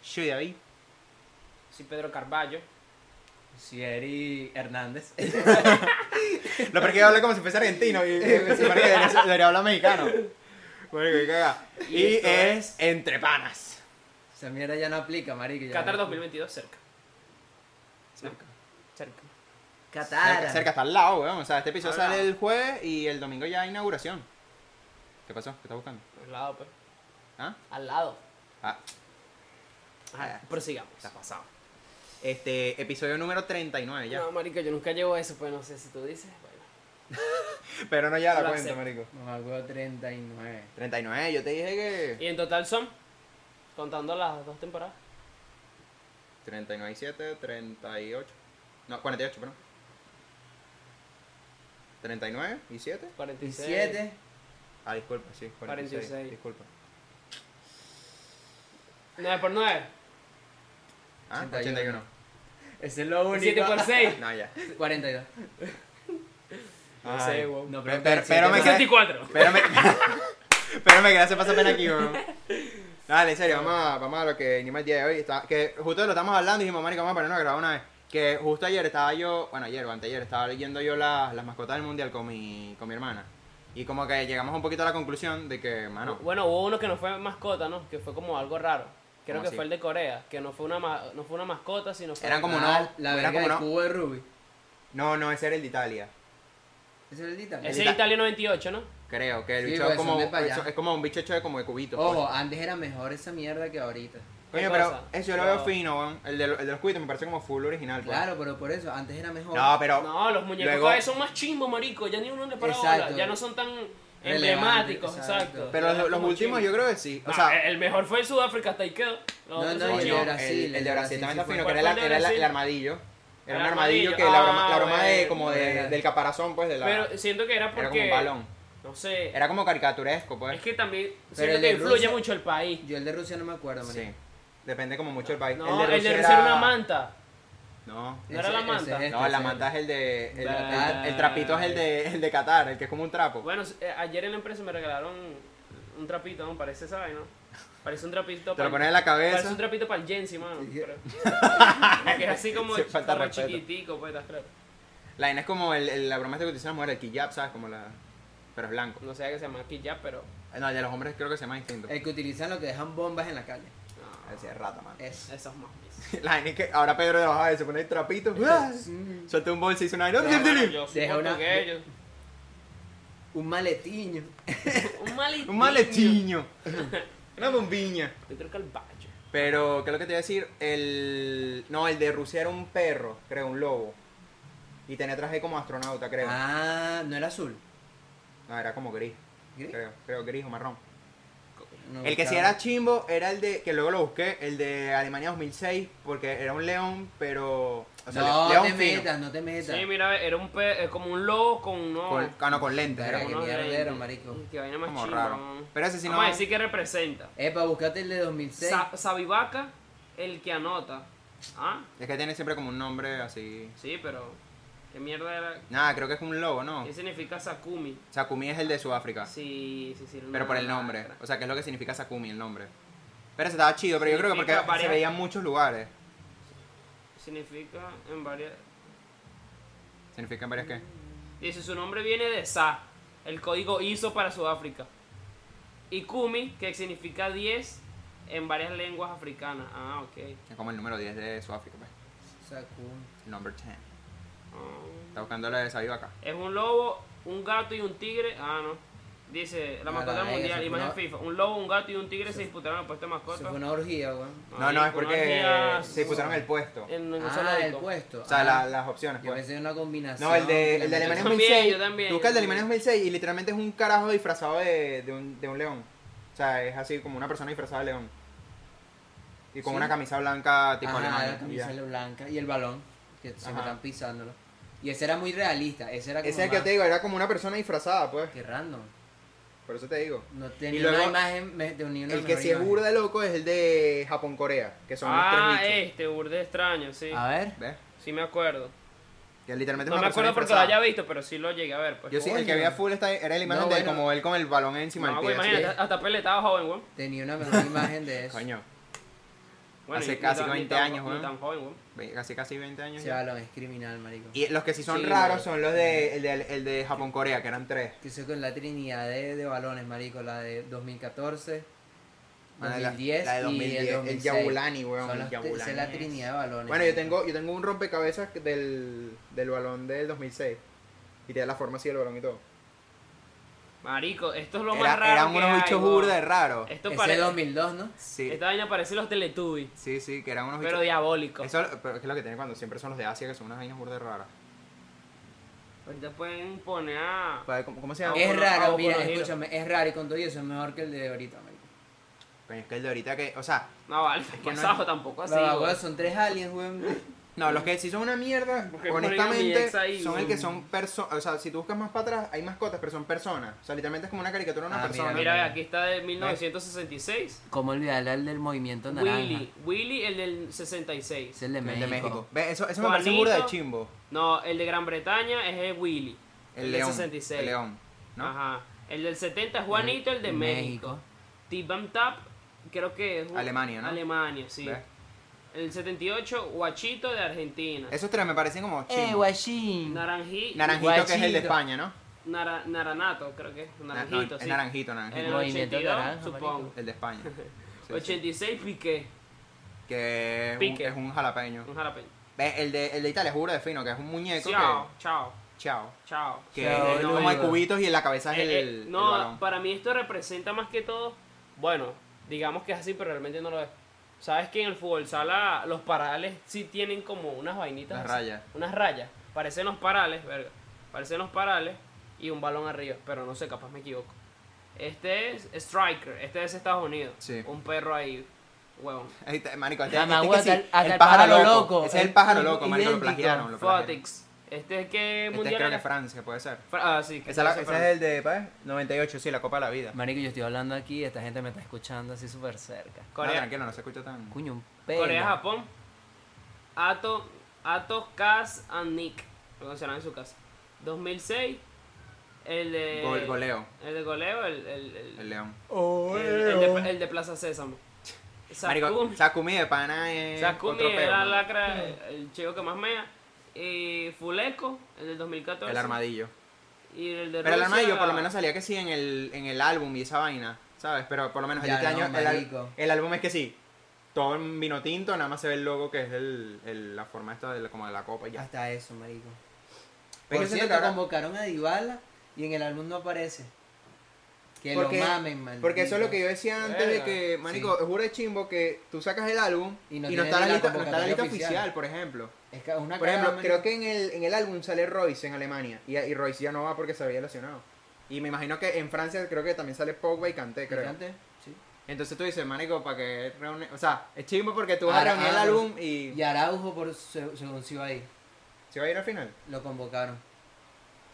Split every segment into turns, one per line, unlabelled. Soy David.
Soy Pedro Carballo.
Si Eri Hernández.
Lo peor es que yo hablé como si fuese argentino y, y me parece que debería, debería hablar mexicano. Bueno, que caga.
Y
Y
esto
es Entre Panas.
Esa mierda ya no aplica, marico. ya
Qatar
no-
2022 cerca.
Cerca.
Cerca.
Qatar.
Ah,
Cerca, cerca, está al lado, weón. O sea, este episodio
Al
sale
lado.
el jueves y el domingo ya hay inauguración. ¿Qué pasó? ¿Qué estás buscando?
Al lado, pues.
¿Ah?
Al lado.
Ah,
Ajá, prosigamos.
está pasado. Este, episodio número 39 ya.
No, marico, yo nunca llevo eso, pues no sé si tú dices. Bueno.
Pero no ya
Lo
la cuenta,
acepto.
marico.
Nos hago 39.
39, yo te dije que...
Y en total son, contando las dos temporadas,
39 y 7, 38. No, 48, perdón. 39 y 7.
46.
17.
Ah, disculpa, sí, 46.
46.
Disculpa.
9 por 9.
Ah,
81.
81.
Ese es lo único.
7 por 6.
No, ya.
42.
No sé,
Ay.
weón.
No,
Pero-
pero,
pero- pero me-
64.
Espérame. Espérame, que no se pasa pena aquí, weón. Dale, en serio, vamos a, vamos a lo que anima el día de hoy. Está- que justo lo estamos hablando y dijimos, marico, vamos a ponernos a grabar una vez. Que justo ayer estaba yo, bueno, ayer o anteayer, estaba leyendo yo las, las mascotas del mundial con mi, con mi hermana. Y como que llegamos un poquito a la conclusión de que, mano,
Bueno, hubo uno que no fue mascota, ¿no? Que fue como algo raro. Creo
¿Cómo
que
así?
fue el de Corea, que no fue una, ma- no fue una mascota, sino fue...
Eran como no,
Ah, La
era
verga
como
del
no.
cubo de Rubik.
no, no, ese era el de Italia.
Eso es el Italia.
Ese
Ita-
es Italia 98, ¿no?
Creo que el
Sí,
bicho
pues,
es como,
son de pa' allá.
es- es como un bicho hecho de como de cubitos. pues.
Ojo, antes era mejor esa mierda que ahorita.
Coño,
¿Qué
pero
cosa?
eso yo lo veo
No.
fino, weón. El de, lo- el de los cubitos me parece como full original, pues.
Claro, pero por eso, antes era mejor.
No, pero.
No, los muñecos
luego-
cada vez son más chimbos, marico. Ya ni uno le para bola.
Exacto.
Ya no son tan
Relevante,
emblemáticos,
exacto.
exacto.
Pero
Ya
los, los
como
últimos
chimbos.
yo creo que sí. O
Ah,
sea,
el mejor fue en Sudáfrica, hasta ahí quedó. Los
No,
otros
no,
son
y el de
chimbos.
Brasil,
El, el de Brasil también está
sí
fino,
fue.
que era, la-
¿Cuál fue el de
era la- el,
Brasil?
armadillo. Era
El
un armadillo,
armadillo.
que la broma, la
Ah,
broma de,
bueno,
como de,
bueno.
del caparazón, pues, de la.
Pero siento que era
era como
porque.
un balón.
No sé.
Era como caricaturesco, pues.
Es que también.
el
Siento
de
que influye
Rusia-
mucho el país.
Yo el de Rusia no me acuerdo, marico.
Sí. Depende como mucho del país.
No, el de Rusia era una manta.
No.
No era la manta.
es este,
No, la
ese.
manta es el de. El,
Bah.
el- el trapito es el de, el de Qatar, el que es como un trapo.
Bueno, eh, ayer en la empresa me regalaron un trapito, ¿no? Parece esa vaina. Parece un trapito
Te
para.
lo pones en la cabeza.
Parece un trapito para el Jensi, mano. pero- que es así como,
Sí, falta
como
respeto.
chiquitico, pues, estás claro.
La vaina es como el, el- la broma esta que utilizan las mujeres, el killap, ¿sabes? Como la... Pero es blanco.
No sé a qué se llama aquí ya, pero.
No, el de los hombres creo que se llama distinto.
El que utilizan lo que dejan bombas en la calle.
No,
Ese es rata, mano.
Eso.
esos mames.
La vaina es que ahora Pedro de bajada se pone el trapito. ¡ah! Suelta un bolso y dice una vaina.
No, mano,
¡ah!
yo soy
Deja una-
portugués,
Un maletiño.
yo- Un maletín.
Un maletiño. Una bombiña.
Yo creo que el bacho.
Pero, ¿qué es lo que te iba a decir? El... No, el de Rusia era un perro, creo, un lobo. Y tenía traje como astronauta, creo.
Ah, no era azul.
No, era como gris.
¿Gris?
Creo, creo, gris o marrón.
No,
El que sí
buscaba.
era chimbo era el de, que luego lo busqué, el de Alemania 2006, porque era un león, pero... O sea,
no,
le- león
te
fino,
metas, no te metas.
Sí, mira, era un pe- eh, como un lobo con unos.
con, ah, no, con lentes, era
Verga,
como,
qué
unos
mierdero,
lentes.
marico.
Qué vaina más
como
chimba,
raro.
mano.
Pero ese sí no...
Vamos a decir que representa.
Epa, buscate el de 2006.
Sa- Sabivaca, el que anota. Ah,
Es que tiene siempre como un nombre así...
sí, pero. ¿Qué mierda era?
Nada, creo que es un lobo, ¿no?
¿Qué significa Sakumi?
Sakumi es el de Sudáfrica,
Sí, sí, sí.
pero
una
por el nombre.
lacra.
O sea, que es lo que significa Sakumi, el nombre. Pero ese estaba chido, pero yo creo que porque
Significa
se
varias-
veía en muchos lugares.
Significa en varias.
Significan varias que...
Dice, su nombre viene de Sa, el código ISO para Sudáfrica. Y Kumi, que significa 10 en varias lenguas africanas. Ah, ok.
Es como el número 10 de Sudáfrica, pues.
Sakun.
Number 10.
Ah.
Está buscando la de Sabivaca.
Es un lobo, un gato y un tigre. Ah, no. Dice, la
Ah,
mascota
la verga,
mundial,
eso
imagen
fue
FIFA. Un lobo, un gato y un tigre se disputaron el puesto de
Eso fue
mascota.
una orgía, weón.
No, no, es porque
Marico,
se disputaron el puesto.
En un solo
Ah, el
disco.
puesto.
O sea,
Ah,
la- las opciones,
Yo
pues.
pensé en una combinación.
No, el de,
que
el de
la
Alemania
Yo
metes-
también,
2006.
yo también,
Tú buscas el de
yo
Alemania
también.
2006 y literalmente es un carajo disfrazado de, de, un, de un león. O sea, es así como una persona disfrazada de león. Y con
Sí.
una camisa blanca tipo
Ajá,
alemana.
la
y ya.
camisa blanca y el balón, que se
Ajá.
me están pisándolo. Y ese era muy realista, ese era como
Ese es el que
más-
te digo, era como una persona disfrazada, pues.
Qué random.
Por eso te digo.
No tenía
luego-
una imagen me- de unión.
El que se burda de loco es el de Japón-Corea, que son los
Ah,
tres bichos.
este, burde extraño, sí.
A ver.
¿Ves?
Sí me acuerdo.
Que literalmente
No
Este es
me
una persona
acuerdo porque lo
disfrazada.
haya visto, pero sí lo llegué a ver. Pues.
Yo sí, el que
Coño.
había full esta- era el imagen
No,
de
bueno.
como él con el balón encima
No,
del
pues, güey,
pie. así.
imagínate, hasta peleado joven, güey.
Tenía una mejor imagen de eso.
Coño. Hace
y- y
casi
tan- y
20
tan-
años,
y
weón.
tan joven, weón.
Ve- Casi casi 20 años.
Ese
ya.
balón es criminal, marico.
Y los que sí son
Sí,
raros
güey.
son los de, el de, el de Japón-Corea, que eran tres.
Que se con la trinidad de, de balones, marico. La de 2014,
Ah, la-
2010
la de
y
2010,
el
el
2006.
Yabulani, weón,
Son
el
las tri-
Yabulani
esa es la
es-
trinidad de balones.
Bueno, yo
marico.
tengo, yo tengo un rompecabezas del, del balón del 2006. Y te da la forma así del balón y todo.
Marico, esto es lo más
Era-
raro.
eran unos
que hay,
bichos
weón.
burda de raros.
Esto
Ese
parece.
2002, ¿no?
Sí,
Esta vaina parece los Teletubbies,
sí, sí, que eran unos
pero
bichos.
diabólicos.
Eso pero es lo que tiene cuando siempre son los de Asia, que son unas vainas burda de raras.
Ahorita pueden poner a.
Pa- Pues, ¿Cómo, cómo se
Ah,
llama?
Es
bueno, ah,
raro,
bueno,
mira,
giro.
escúchame, es raro y con todo y eso es mejor que el de ahorita, marico.
Ah,
Coño, es que el de ahorita que. O sea,
No, vale,
que no
pasado
es-
tampoco así.
Los
weón.
abuelos son tres aliens, weón.
No, los que sí son una mierda,
Porque ponen a mi
honestamente,
ex ahí,
son el
weón.
que son personas. O sea, si tú buscas más para atrás, hay mascotas, pero son personas. O sea, literalmente es como una caricatura de una
Ah,
persona.
Mira, ve, aquí está de 1966.
¿Cómo olvidar el del movimiento
Willy, Willy, el del 66.
el de
El de México. Ve, eso, eso me parece
Juanito.
burda de chimbo.
No, el de Gran Bretaña es el Willy.
El,
del
león.
66.
El león. ¿no?
Ajá. El del 70 es Juanito, el de México. Tibam Tap, creo que es. un-
Alemania, ¿no?
Alemania, sí.
Ve.
El 78, Guachito de Argentina.
Esos tres me parecen como
Eh,
chimbo.
guachín.
Naranji,
naranjito que es el de
guachito.
España, ¿no?
nara- Naranato, creo que es.
Na- no,
Naranjito,
es
sí. Eh.
naranjito,
En
naranjito.
el
Movimiento
82,
naranja,
supongo.
marico.
El de España. Sí, sí.
86, Piqué.
Que es un,
Pique.
es un jalapeño.
Un jalapeño.
Ve, el de, el de Italia es burda de fino, que es un muñeco
Chao,
que.
chao,
Chao.
chao.
Que
Chao,
es
no,
como de
Luis.
cubitos y en la cabeza es el.
Eh, eh,
el
no,
balón.
para mí esto representa más que todo, bueno, digamos que es así, pero realmente no lo es. Sabes que en el fútbol sala los parales sí tienen como unas vainitas.
Las
así,
rayas.
Unas rayas. Parecen los parales, verga. Parecen los parales y un balón arriba, pero no sé, capaz me equivoco. Este es Striker, este es Estados Unidos.
Sí.
Un perro ahí, huevón.
Ahí está, Marico, este,
Mamá,
este
güey,
que sí,
hasta Ah, el- hasta
el
el
pájaro
pájaro
loco.
loco.
Ese es el
Es
pájaro loco, marico, lo
idéntico.
plagiaron. Lo plagiaron.
Fotex. Este es que
Este
mundial
creo que
era?
es Francia, puede ser.
Fra- Ah, sí. que
Esa, la-
fue
ese
Fran-
es el de, pues, ¿pa? 98, sí, la Copa de la Vida.
Marico, yo estoy hablando aquí y esta gente me está escuchando así súper cerca.
No,
Corea,
tranquilo, no se escucha tan...
Cuño, un
Corea,
pelo.
Japón. Ato, Ato, Kaz and Nick. Lo cancelaron en su casa. 2006. El de.
Gol- goleo,
El de goleo, el. El, el,
el león.
el- el de, el de Plaza Sésamo.
Marico,
Sakumi, eh,
Sakumi de pana es
Sakumi
otro peo,
era
¿no?
lacra, el chico que más mea. Y Fuleco, el del 2014.
El armadillo.
Y el de
Pero el
Rusia,
armadillo por lo menos salía que sí en el, en el álbum y esa vaina, ¿sabes? Pero por lo menos
Ya
este
no,
año el, al-
marico.
el álbum es que sí. Todo en vino tinto, nada más se ve el logo que es el, el- la forma esta de la- como de la copa y ya.
Hasta eso, marico.
Pero
Por
yo siento
cierto,
que ahora-
convocaron a Dybala y en el álbum no aparece. Que
Porque-
lo mamen, man.
Porque eso es lo que yo decía antes de
Verga.
que, manico, juro de chimbo que tú sacas el álbum y
Y
no,
no
está,
tiene
la
la
lista, no está la
convocatoria
lista oficial.
oficial.
por ejemplo.
Es que
Ah,
una
Por ejemplo,
cagada,
creo
marico.
que en el, en el álbum sale Royce en Alemania y, y Royce ya no va porque se había lesionado. Y me imagino que en Francia creo que también sale Pogba y Kanté, creo.
Picante, sí.
Entonces tú dices, manico, para que reúne... O sea, es chimbo porque tú vas a
Ahora-
reunir el
ah,
álbum y...
Y Araujo, por, se- según se iba ahí,
¿Se va a ir al final?
lo convocaron.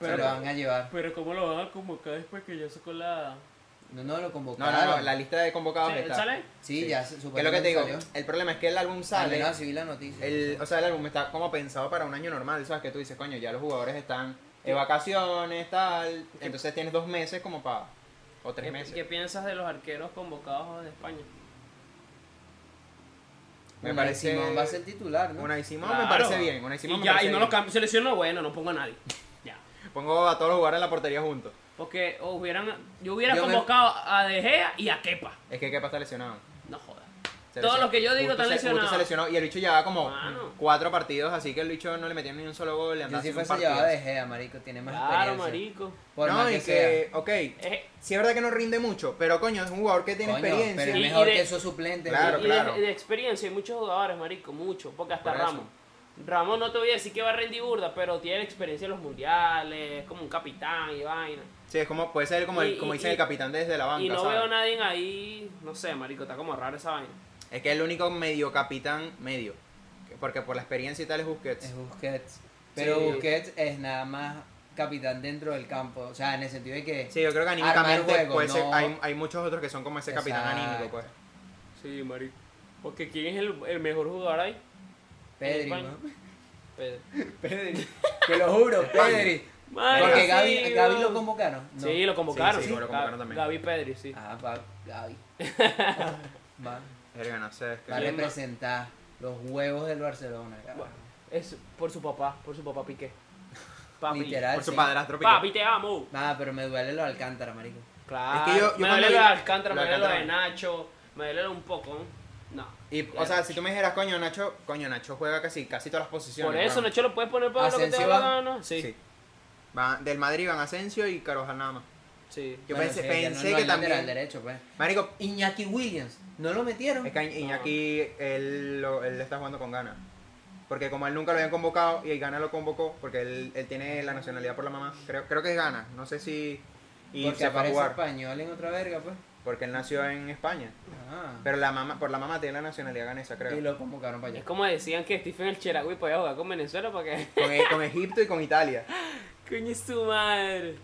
Pero-
se lo van a llevar.
Pero ¿cómo lo van a convocar después que ya sacó la.
No, no, lo
No, no,
convocaron.
no, la lista de convocados
¿Sí?
Ah, está.
¿Sale?
Sí,
Sí.
ya se
Que es lo que te digo,
salió.
el problema es que el álbum
Al
sale...
menos así vi la noticia.
El, o sea, el álbum está como pensado para un año normal, ¿sabes? Que tú dices, coño, ya los jugadores están
Eh.
de vacaciones, tal. Entonces tienes dos meses como para. O tres
¿Qué-
meses.
¿Qué piensas de los arqueros convocados de España?
me
Unai
parece-
Simón va a ser titular, ¿no?
Una y Simón me
Claro.
parece bien. Una y Simón
y
me
ya,
parece
y no
bien.
lo cambio. Selecciono, bueno, no pongo a nadie. Ya.
Pongo a todos los jugadores en la portería juntos.
Porque o hubieran, yo hubiera
Yo me-
convocado a De Gea y a Kepa.
Es que Kepa está lesionado.
No jodas.
Se
Todo
lesionó.
lo que yo digo
Justo
está
se- justo
lesionado.
se lesionó y el bicho llevaba como
Mano.
cuatro partidos, así que el bicho no le metieron ni un solo gol. Le
Yo
andaba
si
haciendo un
fuese llevado
partidazo.
de Gea, marico, tiene más
Claro,
experiencia.
marico.
Por
No,
más
y
que,
que,
sea.
ok,
Es-
sí es verdad que no rinde mucho, pero coño, es un jugador que tiene
Coño,
experiencia.
pero
Y-
es
y
mejor
de-
que esos suplentes.
Claro,
Eh, y de-
claro.
De, experiencia hay muchos jugadores, marico, muchos. Porque hasta
Por eso.
Ramos. Ramos no te voy a decir que va a rendir burda, pero tiene experiencia en los mundiales, es como un capitán y vaina.
Sí, es como, puede ser como, el-
Y-
como
y-
dicen el
y-
capitán desde la banca.
y no
¿sabes?
veo a nadie ahí, no sé, marico, está como raro esa vaina.
Es que el único medio capitán medio. Porque por la experiencia y tal es Busquets.
Es Busquets. Pero
Sí.
Busquets es nada más capitán dentro del campo. O sea, en el sentido de que.
Sí, yo creo que
Armar
anímicamente
juego,
puede ser-
no.
hay, hay muchos otros que son como ese capitán
Exacto.
anímico, pues.
Sí, marico. Porque ¿quién es el, el mejor jugador ahí?
Pedri,
España.
¿no?
Pedro.
Pedri. Te lo juro, Pedri.
Marico,
Porque
sí,
Gaby, Gaby lo
weón.
convocaron. No.
Sí, lo convocaron. Ah.
Sí, sí, lo convocaron
Ga-
también.
Gaby Pedri, sí.
Ah, va, Gaby. Va.
Verga, no sé. es que-
Va a
¿Quién más?
representar los huevos del Barcelona. cabrón.
Bueno, es por su papá, por su papá Piqué. Papi.
Literal.
Por su
sí.
padrastro Piqué.
Papi, te amo.
Nada, pero me duele lo de Alcántara, marico.
Claro.
Es que yo- yo
me
cuando
duele
vi-
lo de Alcántara,
lo
me
de
duele lo de
Alcántara.
Nacho, me duele un poco. No.
Y, o sea, si tú me dijeras, coño, Nacho, coño, Nacho juega casi, casi todas las posiciones.
Por eso,
weón.
Nacho, lo puedes poner para lo que te dé
Asensio
la
va.
gana. Sí.
Sí. Van- del Madrid van Asensio y Carvajal nada más.
sí.
Yo
Bueno,
pensé,
sí, ya
pensé
no- no
que
hay lateral
también.
derecho, pues.
Marico,
Iñaki Williams, no lo metieron.
es que Iñaki, él, lo- él está jugando con ganas. Porque como él nunca lo habían convocado y el Gana lo convocó, porque él, él tiene la nacionalidad por la mamá, creo, creo que es Gana, no sé si. Y
Porque
se va a
aparece
jugar,
español en otra verga, pues.
porque él nació en España.
Ah.
Pero la mamá, por la mamá tiene la nacionalidad ganesa, creo.
y lo convocaron para
Es
allá.
como decían que Stephen El Cheragüey podía jugar con Venezuela para que.
Con, E- con Egipto y con Italia.
Coño, es su madre.
¿Ves?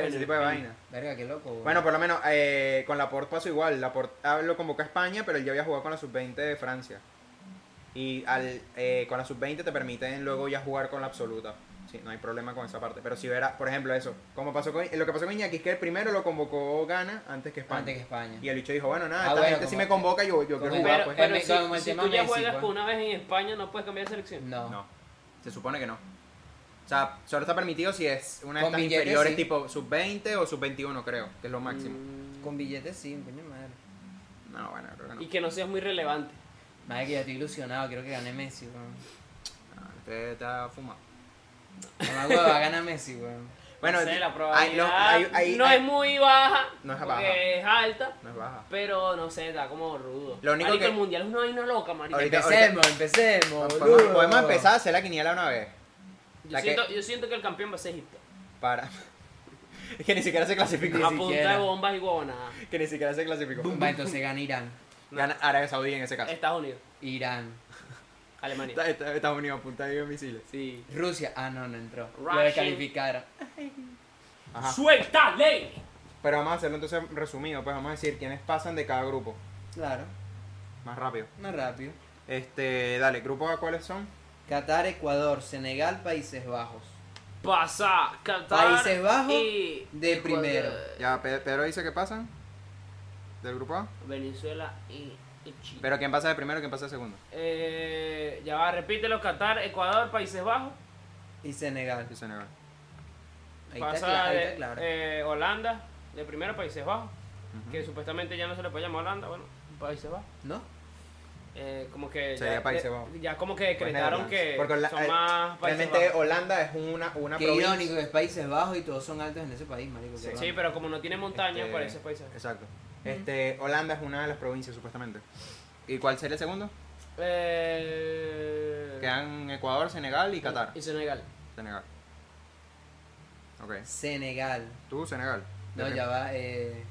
Bueno,
Ese tipo de
en fin.
vaina.
Verga, qué loco. güey.
Bueno, por lo menos eh, con Laporte pasó igual. Laporte ah, lo convocó a España, pero él ya había jugado con la sub-20 de Francia. Y al, eh, con la sub-20 te permiten luego ya jugar con la absoluta. Sí, no hay problema con esa parte. Pero si verá, por ejemplo, eso. Como pasó con, lo que pasó con Iñaki es que primero lo convocó Ghana antes que España.
antes que España.
Y el bicho dijo, bueno, nada,
Ah,
esta
bueno,
gente si
como-
me convoca, yo, yo
como
quiero
el-
jugar.
Pero,
pues.
pero
me-
si,
como el
si
tema
tú ya
Messi,
juegas
pues.
con una vez en España, no puedes cambiar de selección.
No.
No, se supone que no. O sea, solo está permitido si es una de
Con
estas
billetes,
inferiores
sí.
tipo sub-20 o sub-21, creo, que es lo máximo.
Mm,
Con billetes sí, coño madre. Mm.
No, bueno, creo que no.
Y que no seas muy relevante.
Madre que ya estoy ilusionado, quiero que gane Messi, weón.
Ah, Usted está fumado.
Mamá hueva, gana Messi, weón.
Bueno,
no sé, la
hay-
probabilidad
no, hay- hay-
no
hay-
es muy baja,
No es
porque
baja.
es alta,
no es baja.
pero no sé, está como rudo.
Lo único
Marico,
que-
el mundial es una vaina loca, marico.
Ahorita-
Empecemos, empecemos,
Podemos,
boludo.
podemos empezar a hacer la quiniela una vez.
Yo
la que-
siento, yo siento que el campeón va a ser Egipto.
Para. Es que ni siquiera se clasificó.
a punta
siquiera.
de bombas y huevonadas.
Que ni siquiera se clasificó.
Va, entonces gana Irán.
Gana Arabia Saudí en ese caso.
Estados Unidos,
Irán.
Alemania.
Está- está- Estados Unidos apunta ahí en misiles.
Sí.
Rusia. Ah, no, no entró. Lo
Russian.
descalificaron.
Ajá.
¡Suéltale!
Pero vamos a hacerlo entonces resumido. Pues vamos a decir quiénes pasan de cada grupo.
Claro,
Más rápido.
más rápido.
Este, dale, ¿grupo A cuáles son?
Qatar, Ecuador, Senegal, Países Bajos.
Pasa, Qatar
Países Bajos
y-
de
y-
primero.
Ya, Pe- Pedro dice que pasan. Del grupo A.
Venezuela y, y Chile.
Pero quién pasa de primero y quién pasa de segundo.
Eh, ya va, repítelo, Qatar, Ecuador, Países Bajos.
Y Senegal.
Sí, Senegal.
Ahí está
pasa
claro, ahí
de-
está claro.
eh, Holanda, de primero Países Bajos,
Ujú.
que supuestamente ya no se le puede llamar Holanda, bueno, Países Bajos.
¿no?
Eh, como que
Sería
ya,
Países
de-
Bajos. Pues
ya como que decretaron
Netherlands.
que
Porque Hola-
son
eh,
más Países
Realmente
Bajos.
Holanda es una, una
Qué
provincia.
irónico que es Países Bajos y todos son altos en ese país, marico. qué
Sí.
raro.
Sí, pero como no tiene montaña,
Este,
parece Países Bajos.
Exacto. Este, Holanda es una de las provincias, supuestamente. ¿Y cuál sería el segundo?
Eh,
Quedan Ecuador, Senegal y Qatar.
Y Senegal.
Senegal. Ok.
Senegal.
¿Tú, Senegal?
No,
De
ya va. eh,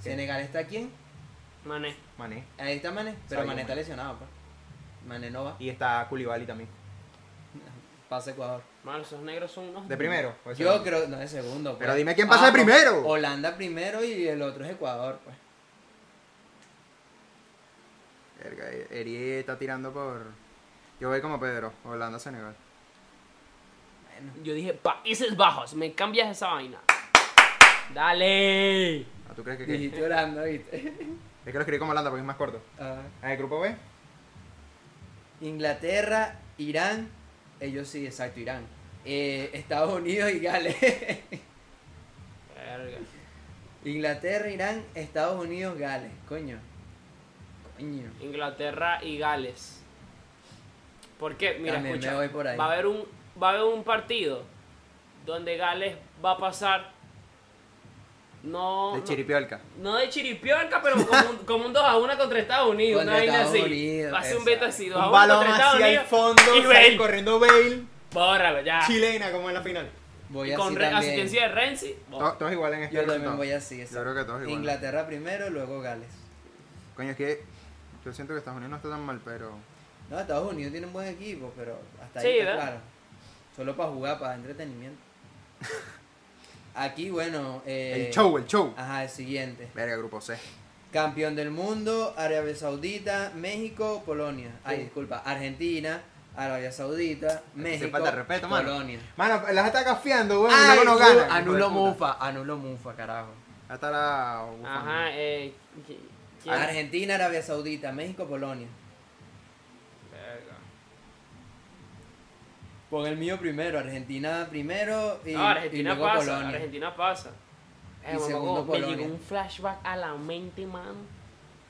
¿Senegal está quién?
Mané.
Mané.
Ahí está Mané. Pero
Sadio
Mané está
Mané.
lesionado, pa. Mané no va.
Y está Koulibaly también.
Pasa Ecuador.
Mano, esos negros son unos...
¿De primero? pues, o de
Yo
segundo?
creo, no es segundo. pues.
Pero dime quién pasa de
no,
primero.
Holanda primero y el otro es Ecuador. Pues.
Verga, Eri está tirando por... Yo voy como Pedro. Holanda, Senegal.
Yo dije, Países Bajos, me cambias esa vaina. Dale.
Ah, ¿Tú crees que qué?
Dijiste Holanda, ¿viste?
Es que lo escribí como Holanda porque es más corto.
Ah,
Ah, ¿El grupo B?
Inglaterra, Irán. Ellos sí, exacto, Irán. Eh, Estados Unidos y Gales.
Verga.
Inglaterra, Irán, Estados Unidos, Gales. Coño. Coño.
Inglaterra y Gales. ¿Por qué? Mira,
También me
escucha,
voy por ahí.
Va a haber un va a haber un partido donde Gales va a pasar no
De
no-
Chiripiolca.
no, de chiripiorca, pero como un, como un 2 a 1 contra Estados Unidos,
Contra
una vaina
Estados
así.
Unidos,
va a ser un
exacto.
beta así, 2 a
Un
1
balón
contra Estados
hacia el
Unidos.
fondo,
y
sale
Bale. Ah.
corriendo Bale.
Bórralo ya.
Chilena, como en la final.
Voy
Y
así
con re-
también.
asistencia de Renzi.
Todos, todos igual en este
Yo también
resultado.
voy así, exacto.
creo que todos igual.
Inglaterra primero, luego Gales.
Coño, es que yo siento que Estados Unidos no está tan mal, pero...
No, Estados Unidos tiene un buen equipo, pero hasta
Sí,
ahí está
¿verdad?
claro. Solo para jugar, para entretenimiento. Aquí, bueno. eh,
el show, el show.
Ajá, el siguiente.
Verga, grupo C.
Campeón del mundo, Arabia Saudita, México, Polonia. Ay,
Sí.
disculpa, Argentina, Arabia Saudita, México,
falta de respeto, mano.
Polonia.
Mano, las está gafiando, güey.
Ay,
luego no
fu-
gana.
Anulo Mufa, anulo Mufa, carajo.
Hasta la.
Ajá, eh, ¿Quién?
Argentina, Arabia Saudita, México, Polonia.
Verga.
Pon el mío primero, Argentina primero y,
No,
y
Argentina
luego
pasa.
Polonia.
Argentina pasa.
Y
me
segundo
acuerdo, me
Polonia.
llegó un flashback a la mente, man.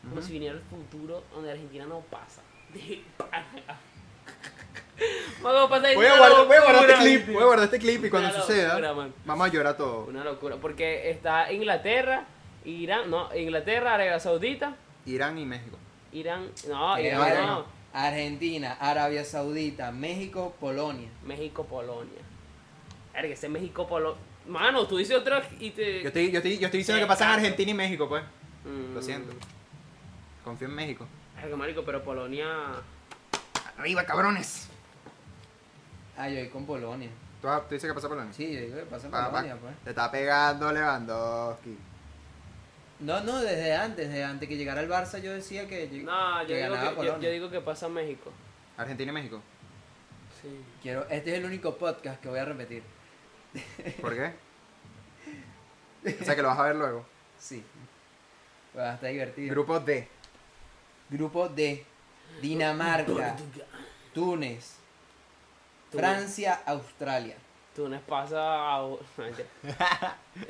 Como
Ujú.
si viniera el futuro donde Argentina no pasa. De pana. Vamos a pasar
Voy a,
una
guardar, voy a guardar
locura,
este clip,
man.
voy a guardar este clip y cuando
Una locura,
suceda,
man.
vamos a llorar todo.
Una locura. Porque está Inglaterra, Irán, no, Inglaterra, Arabia Saudita,
Irán y México.
Irán, no,
Eh,
Irán,
vale,
no.
no. Argentina, Arabia Saudita, México, Polonia.
México, Polonia. Verga, ese México, Polonia. Mano, tú dices otra y te.
Yo estoy, yo estoy, yo estoy diciendo que pasan
Exacto.
Argentina y México, pues.
Mm.
Lo siento. Confío en México.
Verga, marico, pero Polonia.
Arriba, cabrones.
Ah, yo voy con Polonia.
¿Tú, vas- tú dices que pasa Polonia?
Sí, yo digo que pasa
Ah, Va, va.
Polonia, pues.
Te está pegando Lewandowski.
No, no, desde antes, desde antes que llegara el Barça yo decía que, lleg-
No,
que
yo digo
ganaba
que, yo-
Polonia.
yo digo que pasa México.
Argentina y México.
Sí.
Quiero, este es el único podcast que voy a repetir.
¿Por qué? O sea que lo vas a ver luego.
Sí. Pues, Va a estar divertido.
Grupo D.
Grupo D. Dinamarca, Túnez, Francia, Australia.
Túnez pasa a. no, mentira.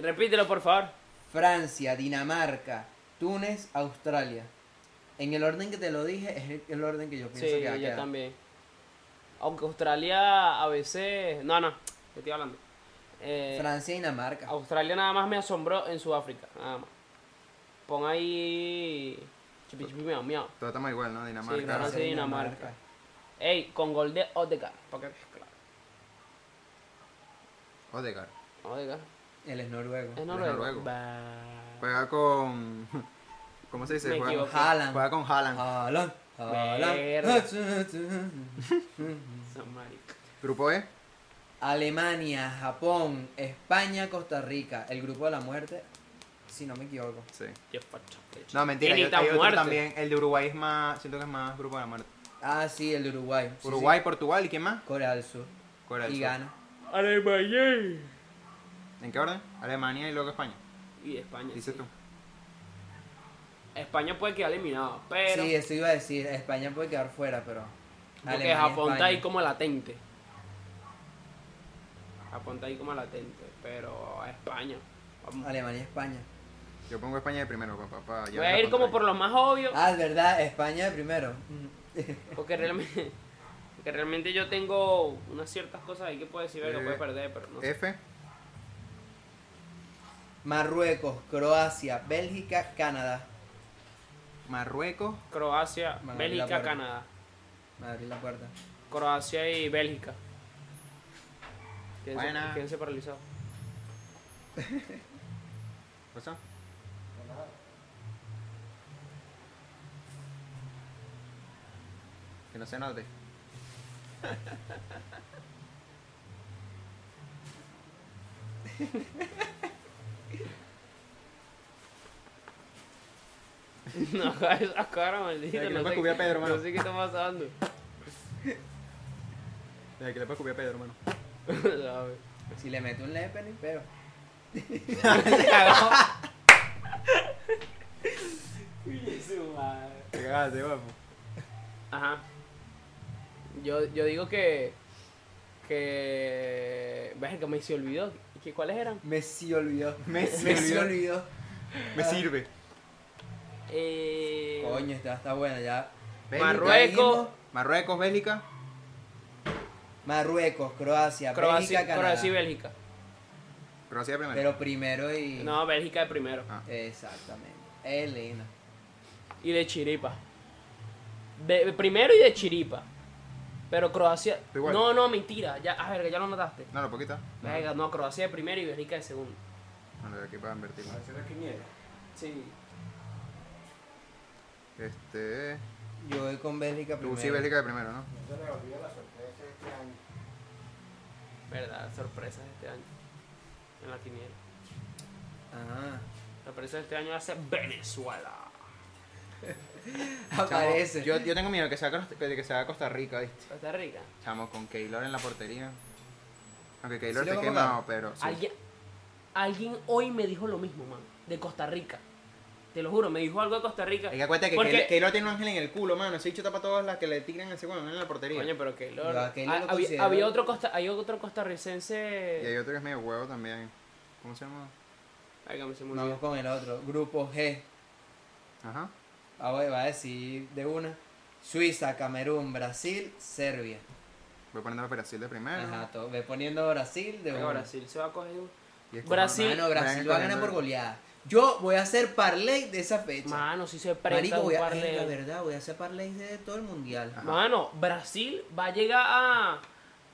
Repítelo, por favor.
Francia, Dinamarca, Túnez, Australia. En el orden que te lo dije, es el, el orden que yo
Sí,
pienso que
yo
va a quedar.
también. Aunque Australia a veces. No, no, te estoy hablando. Eh,
Francia, Dinamarca.
Australia nada más me asombró en Sudáfrica, nada más. Pon ahí. Chupi, chupi, miau, miau.
Todos estamos igual, ¿no?
Sí,
Dinamarca.
Francia y Dinamarca. Ey, con gol de Odegaard. Porque, claro,
Odegaard.
Odegaard.
Él es noruego. Pues.
Es
noruego.
noruego. Bah.
Juega con. ¿Cómo se dice?
Me
juega,
equivoqué.
con
Haaland.
juega con Haaland.
Haaland, Haaland.
Esa marica.
Grupo E.
Alemania, Japón, España, Costa Rica. El grupo de la muerte, si no me equivoco.
Sí.
Yo facho, pecho.
No, mentira.
Y ni
Yo,
tan
hay otro
muerte.
también. El de Uruguay es más. Siento que es más grupo de la muerte.
Ah, sí, el de Uruguay. Sí, sí.
Uruguay, Portugal y quién más?
Corea del Sur.
Corea del
y
Sur.
Ghana.
Alemania.
¿En qué orden? Alemania y luego España.
Y España.
Dices
sí.
tú.
España puede quedar eliminado, pero.
Sí, eso iba a decir. España puede quedar fuera, pero.
porque
Alemania,
Japón está ahí
España.
como latente. Japón está ahí como latente, pero España. Vamos.
Alemania, España.
Yo pongo España de primero, papá. papá
Voy a ir como por los más obvios,
Ah, es verdad, España de primero. Mm.
porque realmente. Porque realmente yo tengo unas ciertas cosas ahí que puedo decir, que
Eh,
puede perder, pero no. sé.
F.
Marruecos, Croacia, Bélgica, Canadá.
Marruecos.
Croacia,
Bueno, la
Bélgica,
parte.
Canadá.
Me abrí la puerta.
Croacia y Bélgica. Quédense,
Buena.
quédense paralizados.
¿Cosa? Que no se note.
No, esa cara maldita.
Mira, que le
No
puedes
sé,
cubrir a Pedro, mano.
no sé qué está pasando.
Mira, que le puedes copiar a Pedro, hermano.
¿Sabes?
Si le meto un lepe, ni pero.
se cagó.
madre.
Te cagaste, guapo.
Ajá. Yo, yo digo que. Que. Verga, me se olvidó. ¿Qué, ¿Cuáles eran?
Messi olvidó.
Messi
Messi
olvidó.
olvidó.
Me sirve.
Eh,
Coño, esta está buena ya.
Bélgica,
Marruecos.
Marruecos, Bélgica.
Marruecos, Croacia,
Croacia,
Bélgica, Canadá.
Croacia y Bélgica.
Croacia primero.
Pero primero y.
No, Bélgica de primero.
Ah.
Exactamente. Elena.
Y de chiripa. De, primero y de chiripa. Pero Croacia.
Da igual.
No, no, mentira. Ya, ah, verga, ya lo notaste.
No, lo poquita.
Verga, no, Croacia de primero y Bélgica de segundo.
Bueno, de aquí para invertir. más.
Sí.
Este.
Yo voy con Bélgica primero.
Tú sí, Bélgica de primero, ¿no?
Verdad, sorpresas este año. En la quiniela.
Ah.
Sorpresa de este año hace Venezuela.
Aparece.
Chamo, Yo, yo tengo miedo que sea, Costa- que que sea Costa Rica, ¿viste?
Costa Rica.
Chamo, con Keylor en la portería. Aunque Keylor
¿Sí
te
lo
quema,
vamos
pero. sí.
Alguien, alguien hoy me dijo lo mismo, man. De Costa Rica. Te lo juro, me dijo algo de Costa Rica.
Hay que acuérdate que
Porque-
Keylor- Keylor tiene un ángel en el culo, mano. Ese bicho tapa todas las que le tiran ese weón en la portería.
Coño, pero que
Yo a Keylor
había,
lo considero-
había otro costa, hay otro
pues.
Y hay
costarricense.
otro que es medio huevo también. ¿Cómo se llama?
Venga, me se me olvidó.
Vamos con el otro. Grupo G.
Ajá.
Ah, bueno, va a decir de una. Suiza, Camerún, Brasil, Serbia.
Voy poniendo a Brasil de primero.
Ajá, todo. Ve poniendo Brasil de
Venga,
una.
Brasil se va a coger un-
Y es
Brasil.
como-
Mano, Brasil va a ganar por goleada. Yo voy a hacer parlay de esa fecha.
Mano, si se presta
Marico,
un
voy a,
parlay.
es la verdad, voy a hacer parlay de todo el mundial.
Ajá.
Mano, Brasil va a llegar a.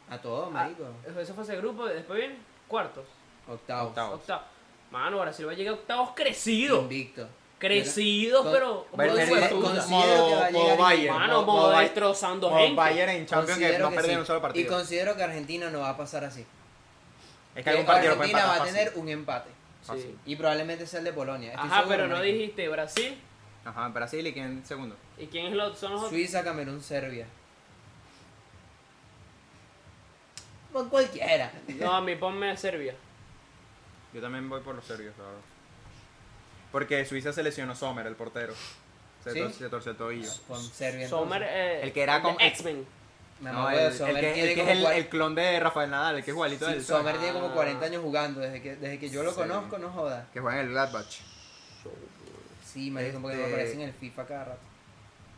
A todo, marico.
Ah, Eso fue ese grupo, después viene cuartos.
Octavo.
Octavo. Octavos.
Octavo. Mano, Brasil va a llegar a octavos crecido.
Invicto.
Crecido,
Con-
pero.
Va a
como
ir-
hijo de
va-
Considero-
puta.
con- modo-
que va a
modo
llegar
Bayern.
Mano,
Mo-
como
Mo-
destrozando
Como
gente.
Bayern en Champions que
Considero
no
que
perder
sí.
un solo
Y
partido.
considero que Argentina no va a pasar así.
Es que
Que
algún partido lo pueden
Argentina va
empatar
a
fácil.
tener un empate.
Sí.
Y probablemente sea el de Polonia. Estoy
Ajá,
seguro,
pero no
marico.
dijiste Brasil.
Ajá, Brasil y quién segundo.
¿Y quién es los, son los otros?
Suiza, Camerún, Serbia. Con cualquiera.
No, a mí ponme a Serbia.
Yo también voy por los serbios, claro. Porque Suiza se lesionó Sommer, el portero. Se,
¿Sí?
tor- se torció el tobillo.
Con Serbia.
Sommer,
entonces.
eh,
El que era
de
con-
X-Men.
Me
No,
acuerdo
el,
de
el
Sommer,
que,
tiene
el que
como
es el,
cuar-
el clon de Rafael Nadal, el que es igualito a
Sí,
él.
Sommer tiene como
Ah.
40 años jugando, desde que, desde que yo lo
Sí.
conozco, no joda.
Que juega en el Gladbach.
Sí, marico, porque me
Este-
aparece en el FIFA cada rato.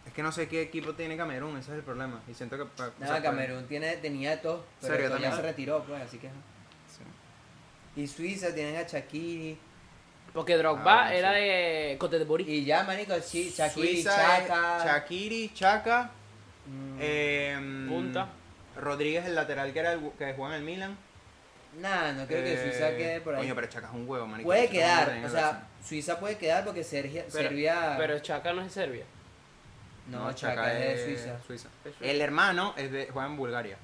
Es que no sé qué equipo tiene Camerún, ese es el problema. Y siento que... pa- o
Nada,
sea, pues,
Camerún tiene, tenía de todo, pero
Serbia
todo ya
también.
se retiró, pues, así que... ajá.
sí.
Y Suiza tienen a Shakiri,
Porque Drogba
Ah, sí.
era de Cote de Borí.
y ya, marico, Chi- Shakiri,
Suiza es
Chaka...
Shakiri, Chaka.
mm,
em,
Punta.
Rodríguez, el lateral que, era el, que juega en el Milan.
Nah, no creo que
Eh,
Suiza quede por ahí.
Coño, pero Chaka es un huevo, marico.
Puede
Chaka es un
quedar,
orden en
o
el
sea,
Arsenal.
Suiza puede quedar porque Sergia,
Pero-
Serbia...
Pero Chaka no es de Serbia.
no, Chaka es de Suiza.
Es Suiza.
El hermano es de, juega en Bulgaria.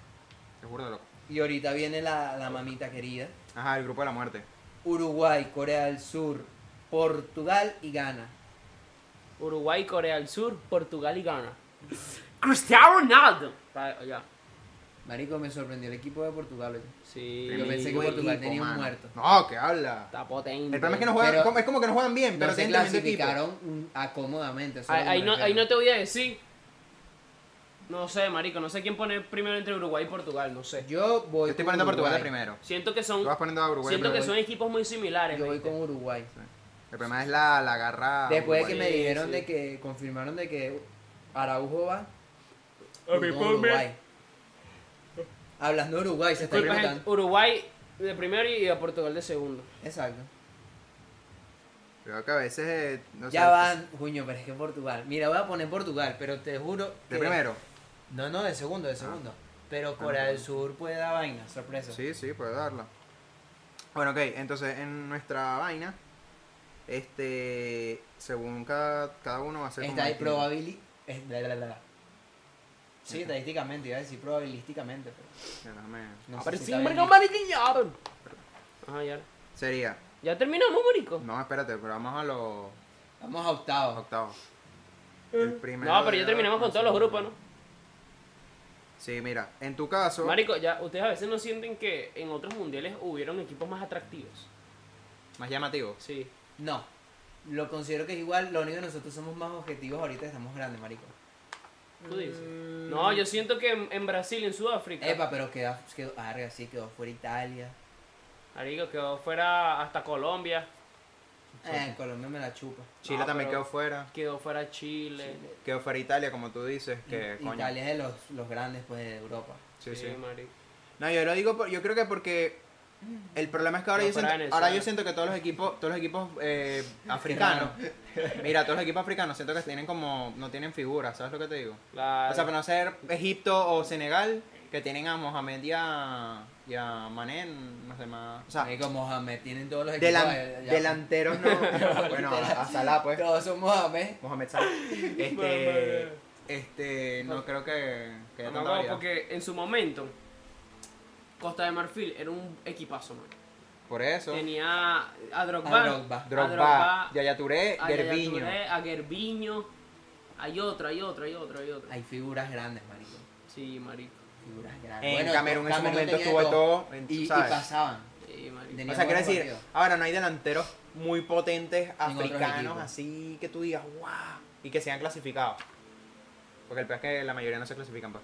Te juro de loco.
Y ahorita viene la, la mamita querida.
Ajá, el grupo de la muerte.
Uruguay, Corea del Sur, Portugal y Ghana.
Uruguay, Corea del Sur, Portugal y Ghana. Cristiano Ronaldo. Pa- Ya.
Marico, me sorprendió el equipo de Portugal. oye.
Sí.
Yo pensé que
Buen
Portugal
equipo,
tenía un
mano.
muerto.
No, que habla.
Está potente.
El problema es que no juegan,
Pero-
como- es como que no juegan bien, pero
no se
tienen tremendo equipo.
clasificaron mm, acomodamente. eso
Ahí,
es lo que
ahí
me
no,
refiero.
ahí no te voy a decir. No sé, marico. No sé quién pone primero entre Uruguay y Portugal. No sé.
Yo voy
Yo estoy
con
poniendo a Portugal de
Uruguay.
primero.
Siento que son.
Tú vas poniendo a Uruguay de
siento que
primero.
son equipos muy similares.
Yo voy
¿viste?
con Uruguay.
El problema es la, la garra.
Después de que
uruguaya.
me
Sí,
dijeron
sí.
de que confirmaron de que Araujo va,
Ok,
voy con
ponme-
Uruguay. Hablando de Uruguay, se está
Disculpa, gente,
preguntando.
Uruguay de primero y a Portugal de segundo.
Exacto.
Creo que a veces. eh, no
ya
sé,
van, Juño, pero es que Portugal. Mira, voy a poner Portugal, pero te juro.
De
que-
primero. Ah.
No, no, de segundo, de segundo. Pero Corea del Sur puede dar vaina, sorpresa.
pues. Sí, sí, puede darla. Bueno, ok, entonces en nuestra vaina, este, según cada, cada uno va a ser como
Está ahí
distinto.
probabil- es- la, la, la, la. Sí, estadísticamente, iba a decir probabilísticamente. Pero
Ya, déjame-
no sé
Pero
si
sí,
está bien
marico,
dicho.
marico, ya. Ajá, ya.
Sería,
Ya terminamos, marico.
no, espérate, pero vamos a los
Vamos a octavos.
octavos. El primero
Eh. No, pero
de
ya terminamos
abajo,
con todos los grupos, ¿no?
Sí, mira, en tu caso,
Marico, ya ustedes a veces no sienten que en otros mundiales hubieron equipos más atractivos.
más llamativo.
Sí.
No, lo considero que es igual. Lo único que nosotros somos más objetivos ahorita, estamos grandes, marico.
Tú dices. No, yo siento que en, en Brasil, en Sudáfrica,
Mm. Epa, pero quedó, quedó arga, sí, quedó fuera Italia.
marico, quedó fuera hasta Colombia,
Eh, en Colombia me la chupa.
Chile
No,
también
pero-
quedó fuera,
quedó fuera Chile.
quedó fuera Italia, como tú dices, que coño.
Italia es de los, los grandes, pues, de Europa.
Sí, sí.
marico.
No, yo lo digo, por- yo creo que porque el problema es que ahora,
No,
yo,
fuera
siento,
Venezuela.
ahora yo siento que todos los equipos, todos los equipos eh, africanos, mira, todos los equipos africanos siento que tienen como, no tienen figura, ¿sabes lo que te digo?
Claro.
O sea, para no ser Egipto o Senegal, que tienen a Mohamed y a, y a Mané, no sé más. O sea,
Marico, Eh, Mohamed, tienen todos los equipos.
delan-
eh, ya-
delanteros no. bueno, a, a Salah, pues.
Todos son Mohamed.
Mohamed Salah.
Mamá.
Este, este, no creo que, que haya tanta
No me acuerdo
variedad.
porque en su momento, Costa de Marfil era un equipazo, man.
Por eso,
Tenía a Drogba,
A Ah, Drogba.
Drogba,
a
Yaya Touré,
a Yaya
Gervinho.
Touré, a Gervinho. Hay otro, hay otro, hay otro, hay otro.
Hay figuras grandes, marico.
Sí, marico.
Figuras grandes.
En
Bueno,
Camerún en ese momento
tenía
estuvo
de
todo.
Y, y
¿sabes?
pasaban.
Sí, marico.
De
O sea, quiero
buenos
decir,
partidos.
ahora no hay delanteros muy potentes
otros
africanos
equipos.
así que tú digas, wow, y que se han clasificado. Porque el peor es que la mayoría no se clasifican. pues.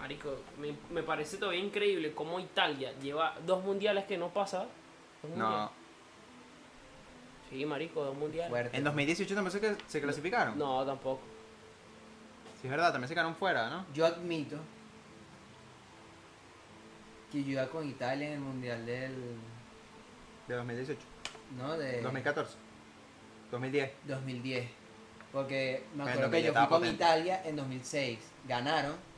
Marico, me, me parece todavía increíble cómo Italia lleva dos mundiales que no pasa. Dos mundiales.
No.
Sí, marico, dos mundiales.
Fuerte.
En 2018 también se, que- se clasificaron.
No, tampoco.
Sí, es verdad, también se quedaron fuera, ¿no?
Yo admito que yo iba con Italia en el mundial del.
De 2018.
¿No? De.
2014. 2010.
2010. Porque me
Bueno,
acuerdo
que
que
ya
yo
estaba
fui con
potente.
Italia en 2006. Ganaron.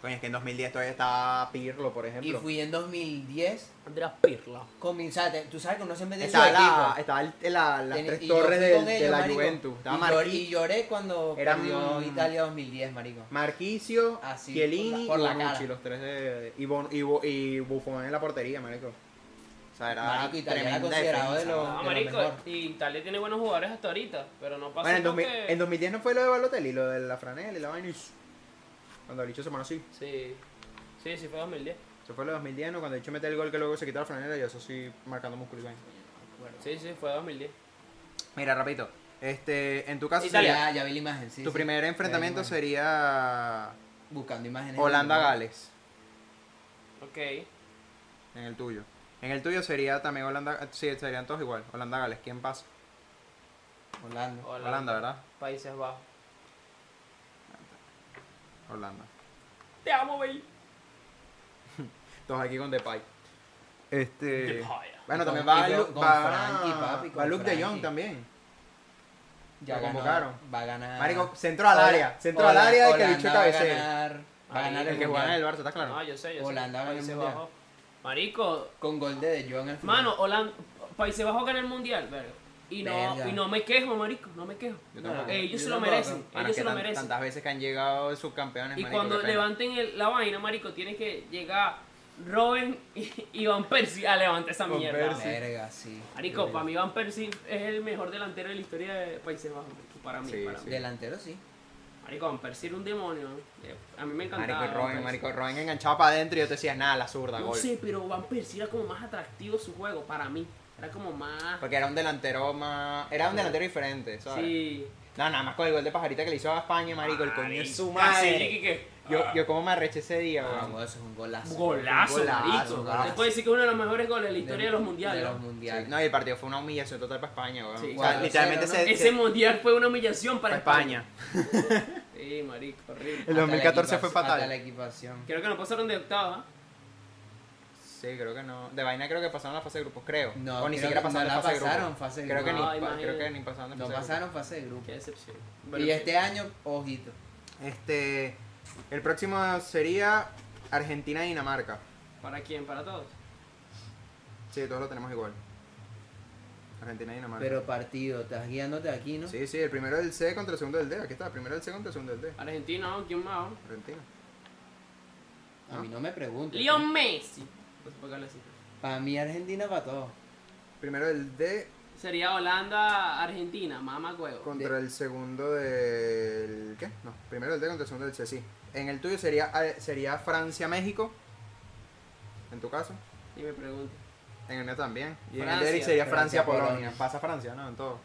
Coño, es que en 2010 todavía está Pirlo, por
Y
ejemplo.
fui en 2010
Andrés Pirlo.
con mi. o sea, te- Tú sabes que uno siempre tiene su
Estaba, la,
equipo.
estaba el- la- las
Ten-
tres
y yo fui
torres del-
con
de,
ellos,
la
marico.
Juventus. Estaba
Y, llor- y
Marquis-
lloré cuando
Eran-
perdió Italia 2010, marico.
Marquisio,
Así,
Chiellini
por la- por
y
la
Bonucci,
cara.
los tres de, y, Bon- y, Bo- y Buffon en la portería, marico. O sea, era
Marico, Italia era
tremenda
considerado
defensa,
de los-
¿no?
No,
lo
marico,
mejor.
y Italia tiene buenos jugadores hasta ahorita, pero no pasa
Bueno, en, 2000
porque-
en 2010 no fue lo de Balotelli, lo de la franela y la vaina y... Cuando el bicho se pone así.
Sí. Sí, sí, fue 2010.
Eso fue lo de 2010, ¿no? Cuando el bicho mete el gol que luego se quita la franela y eso sí, marcando músculo y vaina.
Sí, sí, fue 2010.
Mira, rapidito. Este, en tu caso
Italia.
sería-
Ya, ya vi la imagen,
tu
sí. sí. Ya
primer
vi la
enfrentamiento
imagen.
sería
Buscando imágenes.
Holanda-Gales,
Ok.
en el tuyo. En el tuyo sería también Holanda... Sí, serían todos igual. Holanda-Gales, ¿quién pasa?
Holanda.
Holanda.
Holanda, ¿verdad?
Países Bajos.
Holanda.
Te amo, baby.
Todos aquí con Depay. Este.
Depay.
Bueno,
Y
también
con-
va,
y
Lu-
con- con Frankie,
va,
papi, con
va Luke de
Frankie.
Jong también.
Ya
Lo
ganó,
convocaron.
Va a ganar.
Marico, centro al área. Centro al
Ah. Hola-
área y que el
Holanda
bicho
va a
cabecee.
ganar- Va a
Ahí,
ganar
El
el
que juega en el
mundial.
Barça, ¿está claro?
No, yo sé, yo
Holanda
sé.
ganó el
Países
Mundial.
Bajos. Marico,
Con gol de De Jong al final.
mano, Holanda, Países Bajos gana el mundial, verga. Y no,
Verga.
y no me quejo, marico, no me quejo.
Yo tampoco.
Eh,
Ellos
yo
se lo
tampoco.
merecen,
Bueno,
ellos
es
se
que
lo
tan-
merecen.
tantas veces que han llegado subcampeones.
Y
marico,
cuando
qué pena.
levanten el- la vaina, marico, tiene que llegar Robin y, y Van Persie a levantar esa
Van
mierda.
Persie.
weón.
Verga, sí.
Marico, para mí Van Persie es el mejor delantero de la historia de Países Bajos, marico, para mí,
Sí,
para
sí.
mí.
Delantero, sí.
Marico, Van Persie era un demonio. eh, A mí me encantaba.
Marico,
Van
Robin,
Persie.
marico, Robin enganchaba para adentro y yo te decía, nada, la zurda,
pues. No
gol.
sé, pero Van Persie era como más atractivo su juego para mí. Era como más.
Porque era un delantero más. Era un delantero diferente, ¿sabes?
Sí.
No, nada más con el gol de pajarita que le hizo a España, eh. marico, el coño es su
Casi,
madre.
que- que-
Yo, yo como me arreché ese día,
Ah,
weón.
bueno, eso es un golazo.
Golazo,
Golazo,
marico.
golazo.
Te puedo decir que es uno de los mejores goles de la historia de los
De
mundiales.
los
¿no?
mundiales.
Sí, No, y el partido fue una humillación total para España, weón.
Sí,
O sea,
cuatro,
literalmente
cero,
se,
Ese
se-
mundial fue una humillación para
para España.
España. Sí, marico, horrible.
El
Hasta la
2014 fue
equipación-
fatal.
hasta la equipación.
Creo que nos pasaron de octava. ¿ah?
Sí, creo que no. De vaina creo que pasaron la fase de grupos, creo.
No,
o ni
creo
siquiera
que
pasaron
no
la
la
fase de grupos.
pasaron fase de
creo, que ni,
grupos.
pa-
No,
creo que
imagínate.
ni pasaron la
No
fase de
pasaron fase de grupo.
Qué decepción. Bueno,
Y este año, ojito.
Este, el próximo sería Argentina y Dinamarca.
¿Para quién? ¿Para todos?
Sí, todos lo tenemos igual. Argentina y Dinamarca.
Pero partido, estás guiándote aquí, ¿no?
Sí, sí, el primero del C contra el segundo del D. Aquí está, el primero del C contra el segundo del D.
Argentina, ¿no? ¿quién más?
Argentina.
A mí no me preguntes.
Leon Messi. No sé por qué le decía.
Para mí Argentina para todos.
Primero del D
Sería Holanda, Argentina, mamá huevo.
contra el segundo del... ¿Qué? No, primero del D contra el segundo del C, sí. En el tuyo sería, eh, sería Francia-México. En tu caso.
Y me pregunto.
En el mío también. Y en el
Francia.
de Eric sería
Francia,
Francia-Polonia.
Polonia.
Pasa Francia, ¿no? En todo.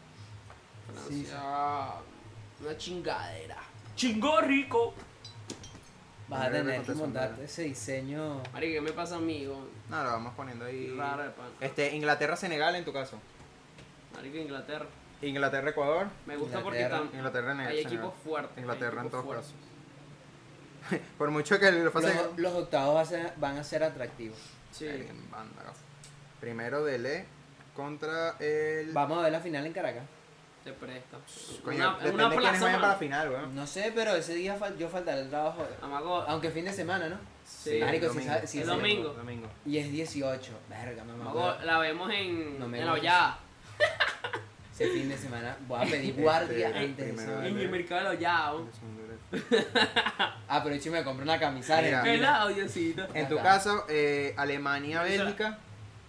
Francia.
Sí, sí.
Una chingadera. Chingó rico.
Vas a
Primero contra
tener que
el segundo
montarte
del D.
ese diseño.
Marico, ¿qué me pasa amigo?
No, lo vamos poniendo ahí.
Raro de pan.
Este, Inglaterra-Senegal en tu caso.
Marico, Inglaterra.
Inglaterra-Ecuador.
Me gusta porque
Inglaterra,
tan-
Inglaterra en el
hay
Senegal.
equipos fuertes. hay
Inglaterra en
equipos
todos
fuertes.
casos. Por mucho que lo pase.
Los, los octavos va a ser- van a ser atractivos.
Sí.
Alguien manda, gafo. Primero de Le contra el.
Vamos a ver la final en Caracas.
Te presta.
Coño,
una,
depende
una
de quiénes
plaza
vayan para la
más.
final, weón.
No sé, pero ese día fal- yo faltaré el trabajo.
Amago,
Aunque fin de semana, ¿no?
sí.
Marico,
el
si
domingo.
sabe- si
El sabe- domingo.
domingo.
Y es 18. Verga, mamá.
Amago, la vemos en,
No me
en la
gusta.
hollada.
Ese fin de semana voy a pedir guardia
Este,
antes de
primero
esa-
de-
En
Vale.
el mercado de la hollada. ¿o?
Aprovecho y Ah, me compro una camisa
Mira.
¿Qué
argentina.
lado, Diosito?
En tu
Ajá.
caso, eh, Alemania-Bélgica.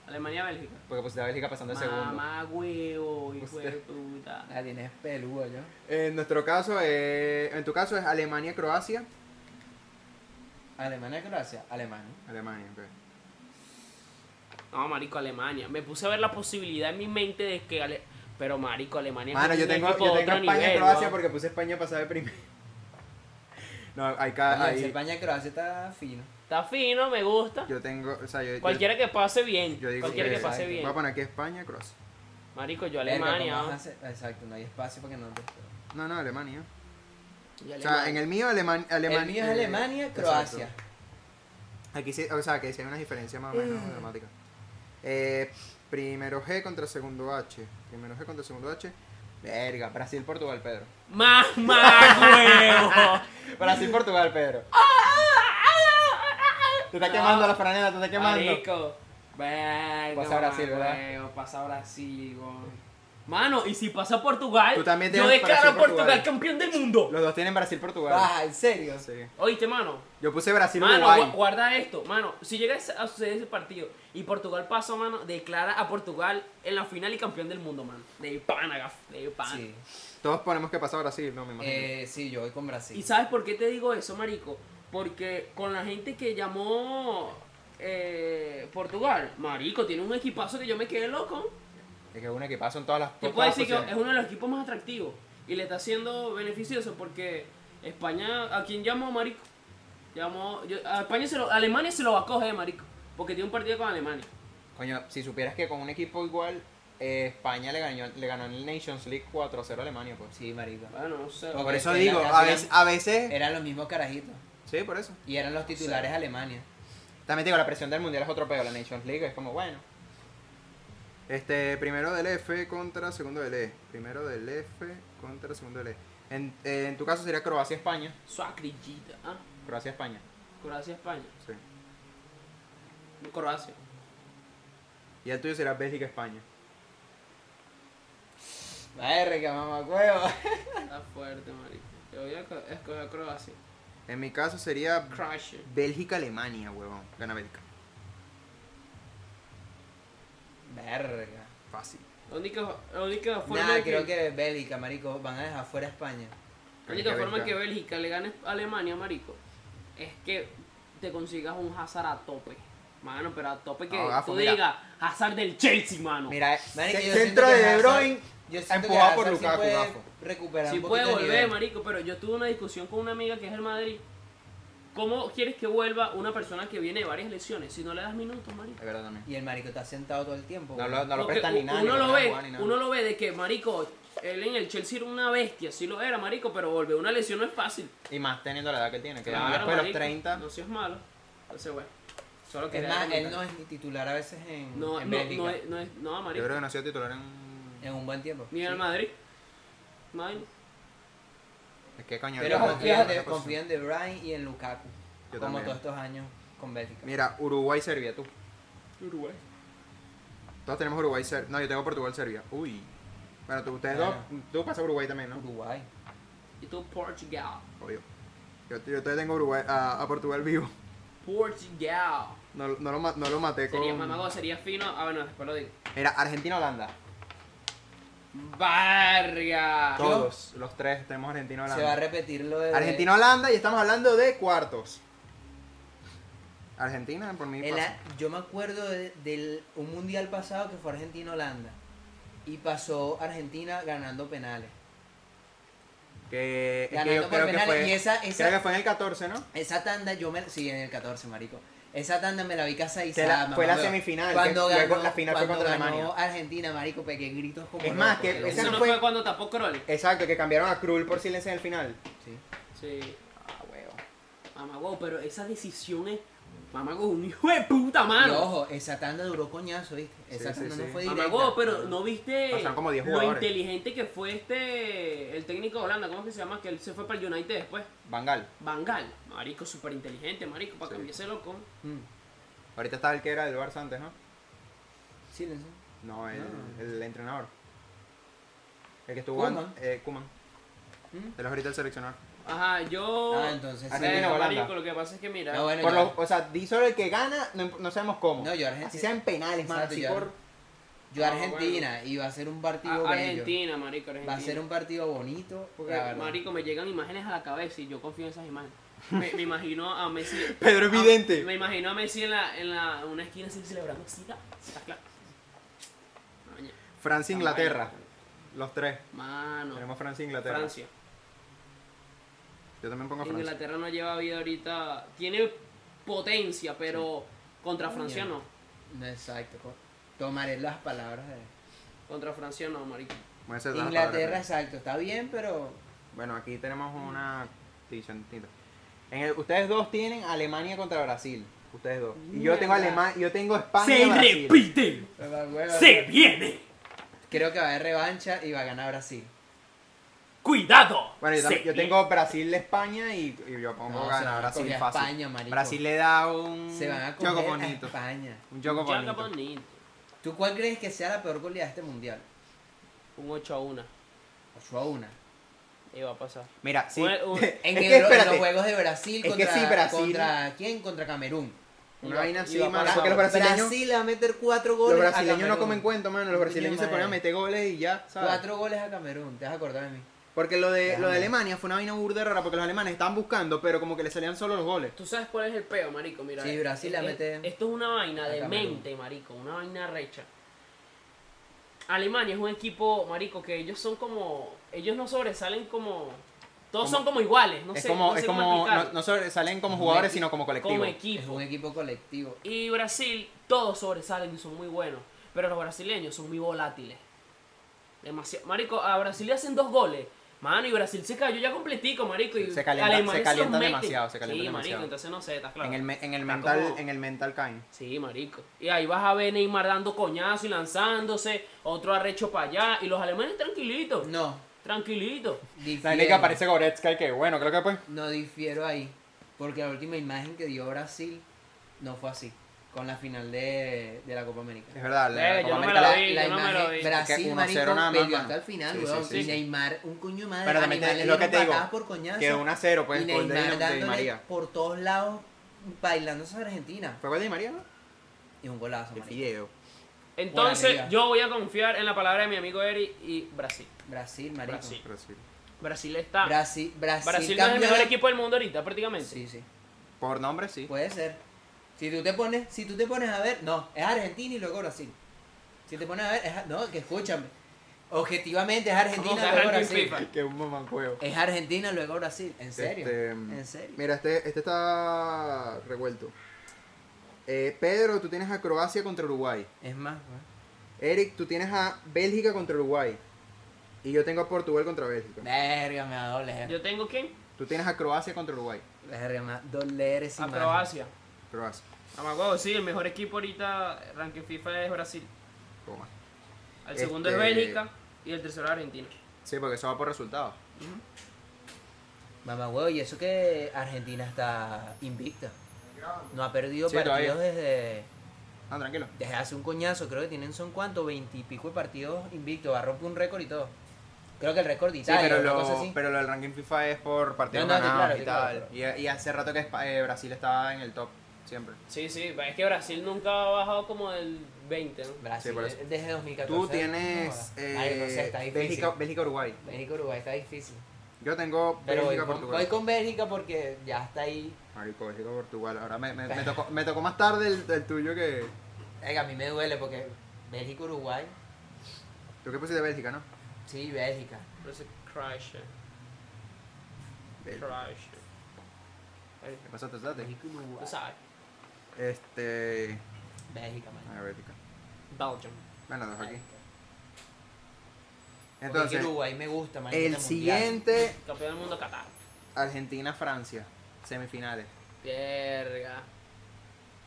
Alemania, pues, Bélgica.
Porque pusiste a Bélgica pasando el segundo.
Mamá huevo, hijo de
Usted.
puta.
La tienes peludo, yo.
En nuestro caso, eh, en tu caso es Alemania-Croacia.
Alemania, Croacia, Alemania.
Alemania, ok.
No, marico, Alemania. Me puse a ver la posibilidad en mi mente de que... Ale- Pero, marico, Alemania
Mano,
es
yo
un
tengo,
equipo
yo
de
tengo
otro
España y
nivel,
Croacia
¿no?
porque puse España para saber primero. No, hay cada. Ah,
España,
Ahí,
España, Croacia está fino.
Está fino, me gusta.
yo tengo. O sea, yo, yo-
Cualquiera que pase bien.
yo digo
Cualquiera que,
que-
pase
exacto.
bien.
Voy a poner aquí España, Croacia.
Marico, yo
Verga,
Alemania.
¿cómo
¿no?
vas a hacer? Exacto, no hay espacio para que no te.
No, no, Alemania.
Yo
O sea,
Alemania.
en el mío, Alemania. Alemania
el mío es
eh,
Alemania,
exacto.
Croacia.
Aquí sí, o sea, que sí hay unas diferencias más o menos
Mm.
dramáticas. Eh, primero G contra segundo H. Primero G contra segundo H. Verga, Brasil, Portugal, Pedro.
¡Mamá,
Brasil, Portugal, Pedro.
Ah,
Te está
No.
quemando la franela, te está
huevo!
quemando.
Marico. Verga,
Pasa Brasil,
mamá,
¿verdad?
huevo, Pasa Brasil, huevón. Mano, y si pasa Portugal,
Tú también
yo
tienes
declaro a
Brasil,
Portugal,
Portugal.
campeón del mundo.
Los dos tienen Brasil, Portugal.
Ah, ¿en serio?
Sí.
Oíste, mano.
Yo puse Brasil,
Mano, gua-
Uruguay.
guarda esto. Mano, si llega a suceder ese partido y Portugal pasa, mano, declara a Portugal en la final y campeón del mundo, mano. De pana, gaf, de pana.
Sí.
Todos ponemos que pasa Brasil, no me imagino.
Eh, sí, yo voy con
¿Y
Brasil.
sabes por qué te digo eso, marico? Porque con la gente que llamó eh, Portugal, marico, tiene un equipazo que yo me quedé loco.
es que un equipazo en todas las
Te
todas
puedo
las
decir que es
pues,
posiciones.
uno de los equipos más atractivos y le está siendo beneficioso porque España, ¿a quién llamó, marico? Llamó, yo- a España se lo, Alemania se lo va a coger, marico, porque tiene un partido con Alemania.
Coño, si supieras que con un equipo igual, eh, España le ganó, le ganó en el Nations League 4-0 a Alemania, pues.
Sí, marico.
Bueno, no sé.
Por
Porque
eso
era-
digo,
era-
a veces, a veces.
Eran los mismos carajitos.
Sí, por eso.
Y eran los titulares Alemania.
También te digo, la presión del mundial es otro pedo. La Nations League es como, bueno. Este, primero del F contra segundo del E. Primero del F contra segundo del E. En, eh, en tu caso sería Croacia-España.
Suacrillita, ah,
Croacia-España,
Croacia, España.
sí.
Croacia.
Y el tuyo será Bélgica-España.
Verga, mamacuevo.
Está fuerte, marico. Yo voy a co- escoger Croacia.
En mi caso sería
Croacia.
Bélgica-Alemania, huevón. Gana Bélgica.
Verga.
Fácil.
La única, la única forma
Nah,
de
creo que Bélgica, marico, van a dejar fuera a España.
La única
Bélgica,
forma que
Bélgica.
Bélgica le gane a Alemania, marico, es que te consigas un Hazard a tope. Mano, pero a tope que
No, gafo,
tú
mira.
digas Hazard del Chelsea, mano.
Mira, eh,
Marico,
ce-
yo siento
centro
que
de De
Hazard-
Bruyne.
Yo siento que
empujado por
Hazard sí
Lukaku,
puede
gafo.
Recuperar
si
un
puede
poquito el
volver,
nivel.
marico, pero yo tuve una discusión con una amiga que es del Madrid. ¿Cómo quieres que vuelva una persona que viene de varias lesiones si no le das minutos, marico?
Es verdad también.
Y el marico está sentado todo el tiempo.
No
güey.
lo, no lo
Porque
prestan ni
u-
nada. ni
Uno
lo
lo
ponen a
ve,
jugar ni nada.
uno lo ve de que, marico, él en el Chelsea era una bestia, sí lo era, marico, pero volver una lesión no es fácil.
Y más teniendo la edad que él tiene, que
Claro,
después de los
marico,
30.
No seas malo. Entonces, bueno. Solo que
Es más, él no es ni titular a veces en,
No,
en
no,
Bélgica.
no, es- no, es- no,
Yo
marico.
creo que no ha sido titular en.
En un buen tiempo.
Ni en el
Sí.
Madrid. Madrid.
Es que coño.
Pero
yo-
confían
yo-
de, confía en De Bruyne y en Lukaku.
Yo
como
también.
todos estos años con Bélgica.
Mira, Uruguay-Serbia, tú.
Uruguay.
Todos tenemos Uruguay-Serbia. No, yo tengo Portugal-Serbia. Uy. Bueno, tú, ustedes
Bueno.
dos. Tú pasas a Uruguay también, ¿no?
Uruguay.
Y tú Portugal.
Obvio. Yo, yo todavía tengo Uruguay, a, a Portugal vivo.
Portugal.
No, no, lo, ma- no lo maté con.
Sería mamago, sería fino. Ah, bueno, después lo digo.
Mira, Argentina-Holanda.
Varga.
Todos, los tres tenemos Argentina-Holanda.
¿Ah, Se va a repetir lo de.
Argentina Holanda y estamos hablando de cuartos. Argentina por mí
El
pasa.
a- yo me acuerdo de, del un mundial pasado que fue Argentina-Holanda. Y pasó Argentina ganando penales.
que, es que
Ganando
yo
por
creo que
penales.
fue
y esa,
creo que
esa,
fue en el 14, ¿no?
esa tanda, yo me. Sí, en el 14, marico. Esa tanda me la vi
Que
casaizada.
la-
mamá
fue la
hueva.
semifinal,
Cuando
que luego
ganó,
la final fue
cuando
contra
ganó
Alemania.
Argentina, marico, pegué gritos como.
Es más,
loco,
que
te lo
esa
Eso
juro.
no
fue-
fue cuando tapó Crowley.
Exacto, que cambiaron a Krul por silencio en el final.
Sí.
Sí.
Ah, huevo.
Mamago, pero esa decisión es. Mamago, un hijo de puta
Y
mano.
ojo, esa tanda duró coñazo, ¿viste? Esa
Sí, sí,
tanda no
sí.
fue directa.
Mamago, pero no viste
Pasaron como 10
lo
jugadores.
inteligente que fue este. El técnico de Holanda, ¿cómo es que se llama? Que él se fue para el United después.
Bangal.
Bangal. Marico, súper inteligente, marico, para
Sí.
cambiarse loco.
Mm.
Ahorita estaba el que era del Barça antes, ¿no?
Silencio.
No, el,
No.
el entrenador. El que estuvo
Koeman.
an- eh, Kuman.
Mm.
De los ahorita el seleccionador.
Ajá, yo.
Ah, entonces sí.
Argentina,
Eh,
Holanda.
marico, lo que pasa es que mira.
No, bueno,
Por
ya.
lo- o sea, di solo el que gana, no, imp- no sabemos cómo.
No, yo Argentina-
Así sean penales, más
Exacto,
así
yo-
por
Yo
Ah,
Argentina y va a ser un partido
a-
bello.
Argentina, marico, Argentina.
Va a ser un partido bonito.
Porque,
la verdad.
marico, me llegan imágenes a la cabeza y yo confío en esas imágenes. Me, me imagino a Messi.
Pedro
a-
Vidente.
me imagino a Messi en la, en la una esquina así celebrando. Sí, da, está claro. Coño,
Francia, Inglaterra. Los tres.
Mano.
Tenemos Francia, Inglaterra.
Francia.
Yo también pongo Francia.
Inglaterra no lleva vida ahorita. Tiene potencia, pero contra Francia no.
Exacto. co- Tomaré las palabras de
Contra Francia no, marico.
Voy a hacer las
Inglaterra,
palabras.
exacto. Está bien, pero
Bueno, aquí tenemos una división distinta. En el- ustedes dos tienen Alemania contra Brasil. Ustedes dos. Y yo tengo
Mierda.
Alemania, yo tengo España.
Se
Brasil.
repite.
Pero, bueno,
Se viene.
Creo que va a haber revancha y va a ganar Brasil.
Cuidado.
Bueno, yo,
Se
tam- yo
viene.
tengo Brasil, España y, y yo pongo
No, se van
gana
a
Brasil
coger a
fácil.
España, marico.
Brasil le da un
Se van a comer
choco
a
bonito.
España.
Un choco
Ya está
bonito.
bonito.
¿Tú cuál crees que sea la peor goleada de este mundial?
Un 8 a 1.
8 a 1.
Y va a pasar.
Mira, sí.
Bueno, un-
es
En,
que
el- en
espérate.
los juegos de Brasil,
Es que
contra,
sí, Brasil-
¿contra quién? Contra Camerún.
Una
Iba-
vaina así,
iba a
mano,
pasar.
porque los brasileños,
Brasil va a meter 4
los
goles a
brasileños
Camerún.
no comen cuento, mano. Los
Coño
brasileños se
madre.
ponen a meter goles y ya, ¿sabes?
4 goles a Camerún, te vas a acordar de mí.
Porque lo de, lo
Déjame.
de Alemania fue una vaina burda rara porque los alemanes estaban buscando, pero como que le salían solo los goles.
¿Tú sabes cuál es el peo, marico? Mira.
Sí, Brasil la
eh,
mete-
Esto es una vaina
a
de
Camerún.
mente, marico. Una vaina recha. Alemania es un equipo, marico, que ellos son como... Ellos no sobresalen como... Todos son como iguales. No
es
sé,
como,
no sé
es
cómo
como, no,
explicarlo.
no sobresalen como jugadores,
equi-
sino como colectivo.
como
Es
equipo.
un equipo colectivo.
Y Brasil, todos sobresalen y son muy buenos. Pero los brasileños son muy volátiles. Demasiado. Marico, a Brasil le hacen dos goles. Mano, y Brasil se cayó ya completico, marico. Y
Se calienta-
Alemania
se
los
calientan
mete.
demasiado, se calientan
Sí, marico,
demasiado.
entonces no sé, está claro.
En el, me- en el
Está
mental,
como-
en el mental caen.
Sí, marico. Y ahí vas a ver Neymar dando coñazo y lanzándose, otro arrecho para allá. Y los alemanes tranquilitos,
No,
tranquilitos.
La
difiero.
única que
eh.
aparece Goretzka y que bueno, creo que pues.
No difiero ahí, porque la última imagen que dio Brasil no fue así, con la final de, de la Copa América.
Es verdad, la,
Verga,
la
Eh, yo
Copa
no me
América
la
la-
vi. yo no me lo vi.
Es que
Brasil,
1-0
marico,
nada más,
peleó
mano.
hasta el final,
Sí, sí,
weón.
sí,
y
sí.
Neymar, un coño de madre,
Pero
a
también
Neymar
te-
le
es lo que
dieron
te digo,
patadas por coñazo.
Quedó 1 a 0, pues,
y
gol de,
Neymar
Di- de Di
dándole
María.
por todos lados, bailándose a Argentina.
¿Fue gol de Di María, no?
Y un golazo,
El
marico.
video.
Entonces,
liga.
yo voy a confiar en la palabra de mi amigo Eri y Brasil.
Brasil, marico.
Brasil.
Brasil,
Brasil está.
Brasil, Brasil,
Brasil no es el
campeón.
mejor equipo del mundo ahorita, prácticamente.
Sí, sí.
Por nombre, sí.
Puede ser. Si tú te pones, si tú te pones a ver, no, es Argentina y luego Brasil. Si te pones a ver, es- no, que escúchame. Objetivamente es
Como que
Argentina luego
arranca en
Brasil.
FIFA.
Que un mamancueo.
Es Argentina luego Brasil, en serio.
Este,
en serio.
Mira, este, este está revuelto. Eh, Pedro, tú tienes a Croacia contra Uruguay.
Es más, weón.
Eric, tú tienes a Bélgica contra Uruguay. Y yo tengo a Portugal contra Bélgica.
verga, me va a doler.
Yo tengo quién?
Tú tienes a Croacia contra Uruguay.
Verga, me va a doler esa
A
imagen.
Croacia.
Croacia.
Amago, sí, el mejor equipo ahorita, ranking FIFA, es Brasil.
Toma.
El segundo es
Este-
Bélgica y el tercero es Argentina.
Sí, porque eso va por resultados.
Mamá, huevo, y eso que Argentina está invicta. No ha perdido
Sí,
partidos
todavía.
desde,
Ah, tranquilo.
desde hace un coñazo. Creo que tienen son cuánto, veintipico de partidos invictos. Va a romper un récord y todo. Creo que el récord de
Sí,
Italia,
pero
una
lo,
cosa así.
pero lo del ranking FIFA es por partidos
No, no, sí,
ganados
claro,
y
sí,
tal.
claro,
Y, y hace rato que Espa- eh, Brasil estaba en el top, siempre.
Sí, sí, es que Brasil nunca ha bajado como del 20, ¿no?
Brasil
Sí, por eso.
desde 2014.
Tú tienes
No, Ay, no sé,
eh,
está difícil.
Bélgica-
Bélgica,
Bélgica-Uruguay.
Uruguay está difícil.
Yo tengo
Pero voy con, voy
Bélgica-Portugal.
con Bélgica porque ya está ahí.
Marico, Bélgica-Portugal. Ahora me, me- me tocó, me tocó más tarde el, el tuyo que...
Venga, a mí me duele porque Bélgica Uruguay,
¿Tú qué pusiste Bélgica, no?
sí, Bélgica.
Pero ese Croacia,
Bélgica.
Croacia. Ay,
¿Qué pasó? ¿Te trataste?
Bélgica Uruguay.
Tú sabes,
Este...
Bélgica, man.
Ah, Bélgica.
Belgium.
Bueno, los aquí.
Bélgica. Porque es que
Entonces,
Uruguay me gusta, man.
el
mundial.
siguiente...
Campeón del mundo Qatar.
Argentina-Francia. Semifinales.
Verga.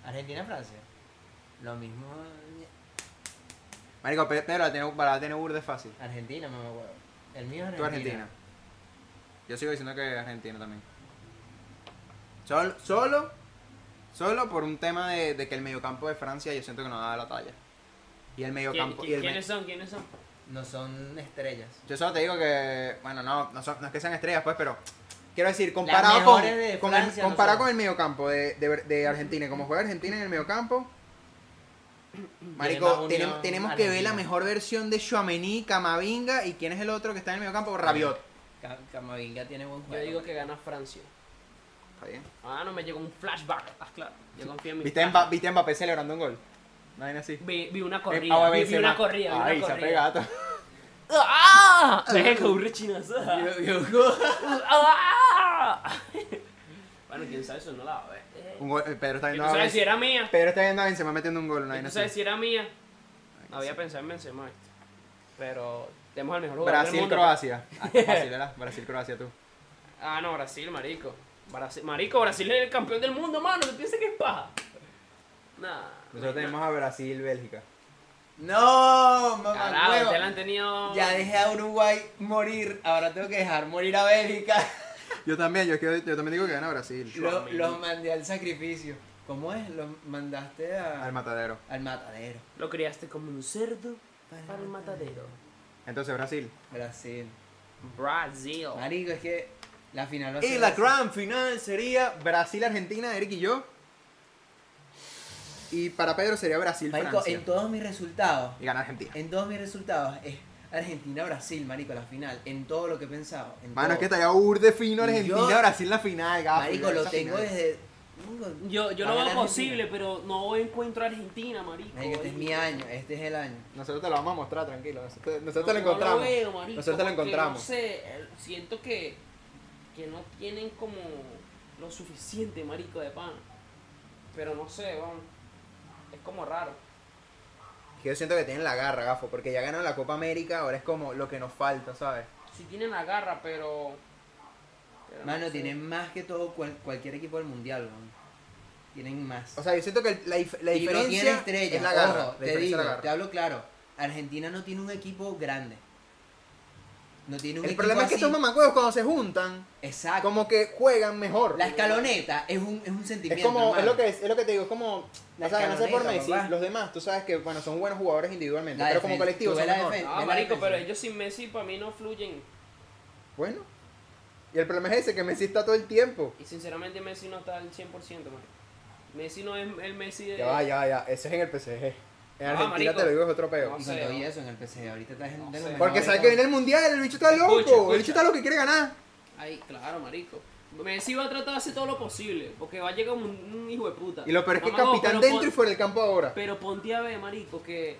Argentina Francia. Lo mismo eh,
Marico, Pe- Pedro la tiene, la tiene burda fácil.
Argentina, me acuerdo. El mío es
Tú
Argentina.
Argentina. Yo sigo diciendo que Argentina también. Solo, solo, solo por un tema de, de que el mediocampo de Francia yo siento que no da la talla. Y el
¿Quién-
mediocampo... y
quién-
el me-
¿Quiénes son? ¿Quiénes son?
No son estrellas.
Yo solo te digo que, bueno, no, no, son- no es que sean estrellas, pues, pero quiero decir,
Las
comparado con,
mejores de
con el-
Francia no
comparado
son.
con el mediocampo de, de, de Argentina, como juega Argentina en el mediocampo,
más
Marico,
unión
tenemos, tenemos que ver la
Argentina.
mejor versión de Chouameni, Camavinga y quién es el otro que está en el mediocampo, Rabiot.
Ca- Camavinga tiene buen
Yo
juego.
digo que gana Francia.
Está bien.
Ah, no, me llegó un flashback. Ah, claro. Yo confío en mi.
¿Viste a Mba- viste a Mbappé celebrando un gol? No hay así.
Vi, vi una
Eh, ah,
corrida. Vi, vi
Benzema.
una corrida. Vi
Ay,
una
se ha
corrida.
pegado.
¡Ah! Deja que un rechinazo. ¡Ah! Bueno, quién sabe, eso no la va a ver.
Un gol- eh, Pedro está
Que
viendo
tú
a
sabes si
Benzema.
era mía.
Pedro está viendo a Benzema metiendo un gol, no
Que
hay
tú
así.
sabes si era mía.
que
Había
sí.
pensado en Benzema. ¿viste? Pero tenemos al mejor jugador del
Brasil,
mundo.
Croacia. Ah, Fácil, ¿verdad? Brasil, Croacia, tú.
Ah, no, Brasil, marico. Brasil, marico, Brasil es el campeón del mundo, mano. ¿Tú piensas que es paja? Nah.
Nosotros
nah.
tenemos a Brasil, Bélgica.
No, mamá,
Carajo,
huevo.
ustedes la han tenido.
Ya dejé a Uruguay morir, ahora tengo que dejar morir a Bélgica.
Yo también, yo, quiero- yo también digo que gana Brasil.
Lo- Los mandé al sacrificio. ¿Cómo es? Los mandaste a-
Al matadero.
al matadero.
Lo criaste como un cerdo para el matadero.
Entonces, Brasil.
Brasil.
Brasil.
Marico, es que la final va a
Y
ser
la
así.
gran final sería Brasil-Argentina, Eric y yo. Y para Pedro sería
Marico,
Brasil-Francia.
en todos mis resultados,
Y gana Argentina.
en todos mis resultados, es Argentina-Brasil, marico, la final. En todo lo que he pensado. en
Mano,
todo.
es que estaría urde fino
Y yo-
Argentina-Brasil la final, gafa.
Marico, lo tengo
desde...
desde... Marico,
Yo, yo
va a
lo
ganar
veo
Argentina.
posible, pero no encuentro a Argentina, marico.
Marico, este es mi año, este es el año.
Nosotros te lo vamos a mostrar, tranquilo. Nosotros, te- nosotros te
No-
lo
no
encontramos.
veo, marico,
nosotros te lo
porque
encontramos.
No sé, eh, siento que, que no tienen como lo suficiente, marico, de pan. Pero no sé, vamos. Es como raro.
Que yo siento que tienen la garra, gafo, porque ya ganaron la Copa América, ahora es como lo que nos falta, ¿sabes?
Sí tienen la garra, pero... pero no
Mano,
sé.
tienen más que todo cual- cualquier equipo del mundial, weón. Tienen más.
O sea, yo siento que la, dif- la
y no
diferencia
tiene estrellas.
es la garra.
Ojo,
la
te
diferencia
digo,
es la garra.
te hablo claro. Argentina no tiene un equipo grande. No tiene un
El
equipo
problema es que
así.
estos mamacuevos cuando se juntan,
Exacto.
como que juegan mejor.
La escaloneta es un, es un
es
sentimiento.
como, es
hermano.
lo, que es, es lo que te digo, es como,
La
o sea, no sé por
escaloneta,
Messi,
papá.
los demás, tú sabes que, bueno, son buenos jugadores individualmente,
La
pero como
defensa,
colectivo
tú
son
ves la
mejor.
defensa.
Ah,
Es la
marico, pero
defensa.
ellos sin Messi para mí no fluyen.
Bueno, y el problema es ese, que Messi está todo el tiempo.
Y sinceramente Messi no está al 100%, marico. Messi no es el Messi de...
Ya va, ya va, ya, ese es en el PSG. En Argentina
marico.
te lo digo, es otro peo.
No
Y
sé,
con todo y
¿no?
eso en el PSG, ahorita estás en
No
de los
sé.
mejores
Porque sabes
ahorita.
que viene el mundial, el bicho está loco,
Escucha, escucha.
el bicho está loco y quiere ganar.
Ay, claro, marico. Messi va a tratar de hacer todo lo posible, porque va a llegar un, un hijo de puta.
Y lo peor es que es
Mamá, no,
capitán
pero
dentro y
pon-
fuera del campo ahora.
Pero ponte a ver, marico, que,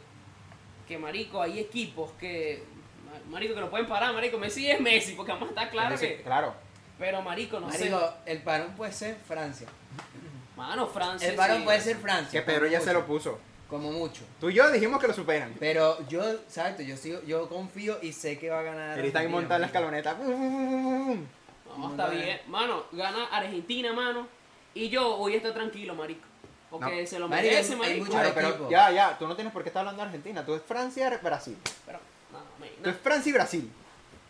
que marico, hay equipos que, ma- marico, que lo pueden parar, marico. Messi es Messi, porque vamos a estar claro
Messi,
que,
claro.
pero marico, no sé.
Marico, el parón puede ser Francia.
Mano, Francia.
El parón
sí.
puede ser Francia.
Que Pedro
como
ya se lo
mucho,
puso.
Como mucho.
Tú y yo dijimos que lo superan.
Pero yo, exacto, yo sigo, yo confío y sé que va a ganar.
Él está ahí
Argentina,
montado en la
marico.
escaloneta. Bum, bum, bum, bum.
No, está bien, mano. Gana Argentina, mano. Y yo voy a estar tranquilo, marico, porque
No.
se lo
Marico,
merece,
hay
marico.
mucho-
Claro, pero
equipo.
ya, ya, tú no tienes por qué estar hablando de Argentina. Tú es Francia, Brasil.
Pero, no, me-
Tú
no.
es Francia y Brasil.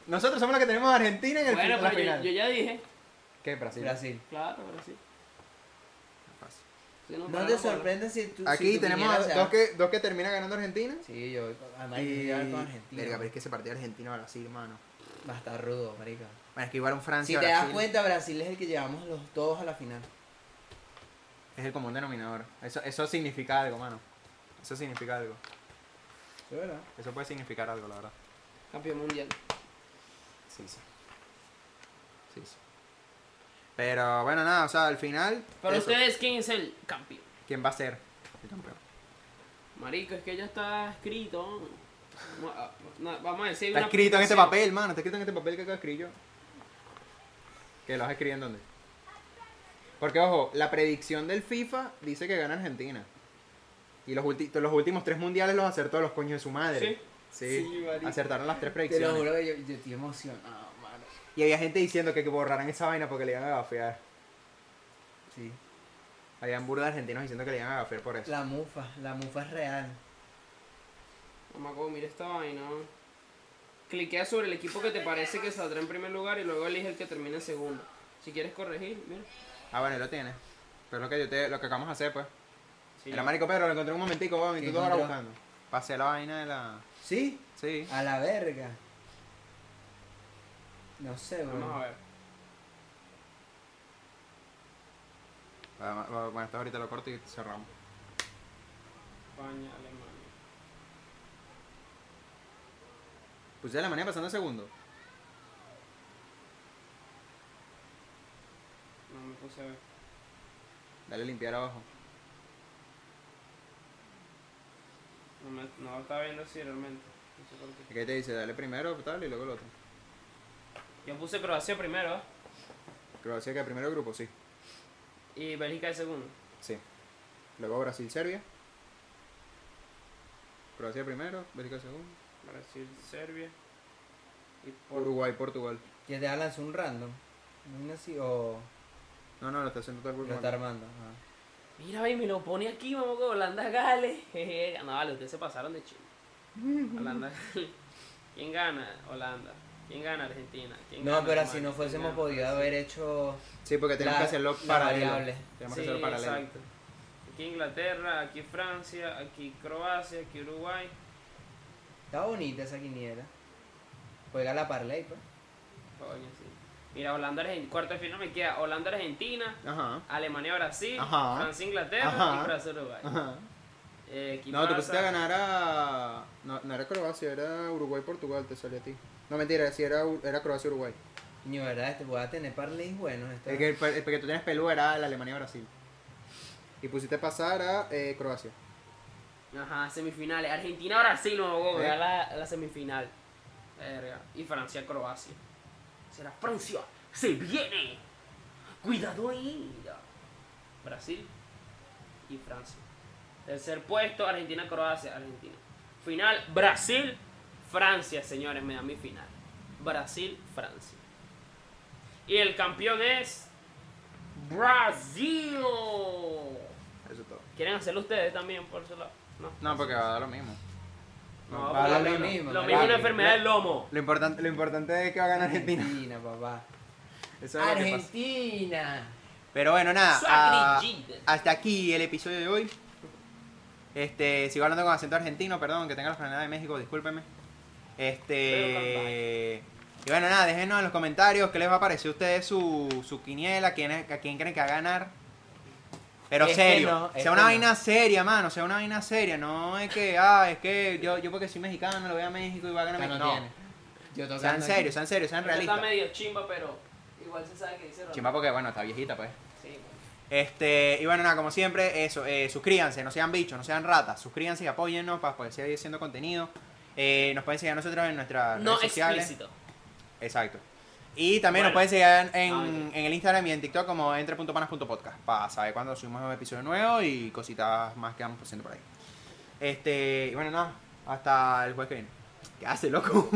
Nosotros somos los que tenemos a Argentina en el
Bueno,
fin- la
pero yo-
final.
yo, ya dije,
¿Qué Brasil?
Brasil.
claro, pero sí.
Fácil.
Sí, no,
No
para
te
para-
sorprendes si tú. si
Aquí
tú
tenemos
vinieras
a
a-
dos que, dos que terminan ganando Argentina.
Sí, yo. Además,
Y-
yo con Argentina.
Verga, pero es que ese partido Argentina-Brasil, mano.
Va a estar rudo, marica.
Bueno, es que igual un
Si
Francia.
te das
Brasil
cuenta, Brasil es el que llevamos los todos a la final.
Es el común denominador. Eso, eso significa algo, mano. Eso significa algo.
¿De verdad?
Eso puede significar algo, la verdad.
Campeón mundial.
Sí, sí. Sí, sí. Pero bueno, nada, o sea, al final.
Para
eso.
ustedes, ¿quién es el campeón?
¿Quién va a ser el campeón?
Marico, es que ya está escrito. No, ah, no, Vamos a decir.
Está
una
escrito en este
predicción.
papel, mano. Está escrito en este papel que acabo de escribir yo. ¿Que lo vas a escribir en dónde? Porque, ojo, la predicción del FIFA dice que gana Argentina. Y los, ulti- los últimos tres mundiales los acertó los coños de su madre. Sí.
Sí, marico.
Acertaron las tres
Te lo
predicciones.
juro que yo, yo estoy emocionado, mano.
Y había gente diciendo que, que borraran esa vaina porque le iban a gafear.
Sí.
Habían burda de argentinos diciendo que le iban a gafear por eso.
La mufa, la mufa es real.
Mamá, como mira esta vaina. ¿no? Cliquea sobre el equipo que te parece que saldrá en primer lugar y luego elige el que termine en segundo. Si quieres corregir, mira.
Ah, bueno, ahí lo tienes. Pero lo que yo te, lo que acabamos de hacer, pues.
Sí.
Era marico Pedro, lo encontré un momentico, weón, y
¿Qué
tú dos horas
encontró?
buscando. Pasé la vaina de la...
¿Sí?
Sí.
A la verga. No sé,
Vamos a
bro.
ver.
Ah, Bueno, bueno, esto ahorita lo corto y cerramos.
España, Alemania.
Puse a Alemania pasando segundo.
No me puse a ver.
Dale a limpiar abajo.
No, me, no lo estaba viendo así realmente. No sé por qué.
¿Qué te dice? Dale primero, tal, y luego el otro.
Yo puse Croacia primero ¿eh?
Croacia que primero grupo, sí.
y Bélgica el segundo.
Sí. Luego Brasil, Serbia. Croacia primero, Bélgica segundo.
Brasil, Serbia. Y por...
Uruguay, Portugal.
Que te lanzó un random. No es así, o
No, no, lo está haciendo todo el
lo
grupo.
está armando. Ah.
Mira, ve, me lo pone aquí, vamos con Holanda, Gales. Jeje, No, vale, ustedes se pasaron de chido. Holanda, Gales. ¿Quién gana? Holanda. ¿Quién gana? Argentina. ¿Quién
No,
gana?
pero
Rumania?
si no fuésemos
¿Quién gana?
podido haber hecho.
Sí, porque tenemos
La-
que hacerlo
la
paralelo.
variable.
Tenemos
Sí,
que hacerlo paralelo.
exacto. Aquí Inglaterra, aquí Francia, aquí Croacia, aquí Uruguay.
Está bonita esa quiniela. Juega la parlay, pues.
Coño, sí. Mira, Holanda, Argentina. Cuarto de final me queda Holanda, Argentina,
Ajá.
Alemania, Brasil,
Ajá.
Francia, Inglaterra
Ajá.
y Brasil, Uruguay.
Ajá.
Eh, aquí
No, te
pasa-
pusiste a ganar a. No, no era Croacia, era Uruguay-Portugal, te salió a ti. No, mentira, sí era, U- era Croacia-Uruguay.
Niño, ¿verdad? Este, voy a tener parlays buenos. esto.
El que, el que tú tienes pelú era la Alemania-Brasil. Y pusiste a pasar a eh, Croacia.
Ajá, semifinales. Argentina, Brasil, no, huevón,
¿Eh?
era la, la semifinal. Verga. Y Francia, Croacia. Será Francia. Se viene. Cuidado ahí. Brasil y Francia. Tercer puesto, Argentina, Croacia, Argentina. Final, Brasil, Francia, señores, me da mi final. Brasil, Francia. Y el campeón es Brasil.
Eso es todo.
¿Quieren hacerlo ustedes también por su lado? No.
No, porque va a dar lo mismo.
No,
Para
pero
lo
no.
mismo,
Lo
para
mismo una
lo mismo.
enfermedad del lomo.
Lo importante, lo importante es que va a ganar Argentina.
Argentina, papá.
Eso es lo que pasa.
Argentina.
Pero bueno, nada. ah,
Sacrilegio.
hasta aquí el episodio de hoy. Este, sigo hablando con acento argentino, perdón, que tenga la enfermedad de México, discúlpeme. Este. Y bueno, nada, déjenos en los comentarios qué les va a parecer a ustedes su, su quiniela, quién es- a quién creen que va a ganar. Pero
Este
serio,
no, este
sea una
no.
vaina seria, mano, sea una vaina seria, no es que, ah, es que yo, yo porque soy mexicano, lo voy a México y va a ganar
Ya
México. No,
no, tiene. Yo tocando
sean
aquí.
serios, sean serios, sean
Esta Está
realistas.
medio chimba, pero igual se sabe que dice Ronaldo.
Chimba porque, bueno, está viejita, pues.
Sí,
Este, y bueno, nada, como siempre, eso, eh, suscríbanse, no sean bichos, no sean ratas, suscríbanse y apóyennos para poder seguir haciendo contenido. Eh, nos pueden seguir a nosotros en nuestras
No
redes sociales.
explícito.
Exacto. Y también nos pueden
Bueno.
seguir en, en-
Ah, bien.
en el Instagram y en TikTok como entre.panas.podcast para saber cuándo subimos un episodio nuevo y cositas más que vamos haciendo por ahí. Este, y bueno, nada, hasta el jueves que viene. ¿Qué hace, loco?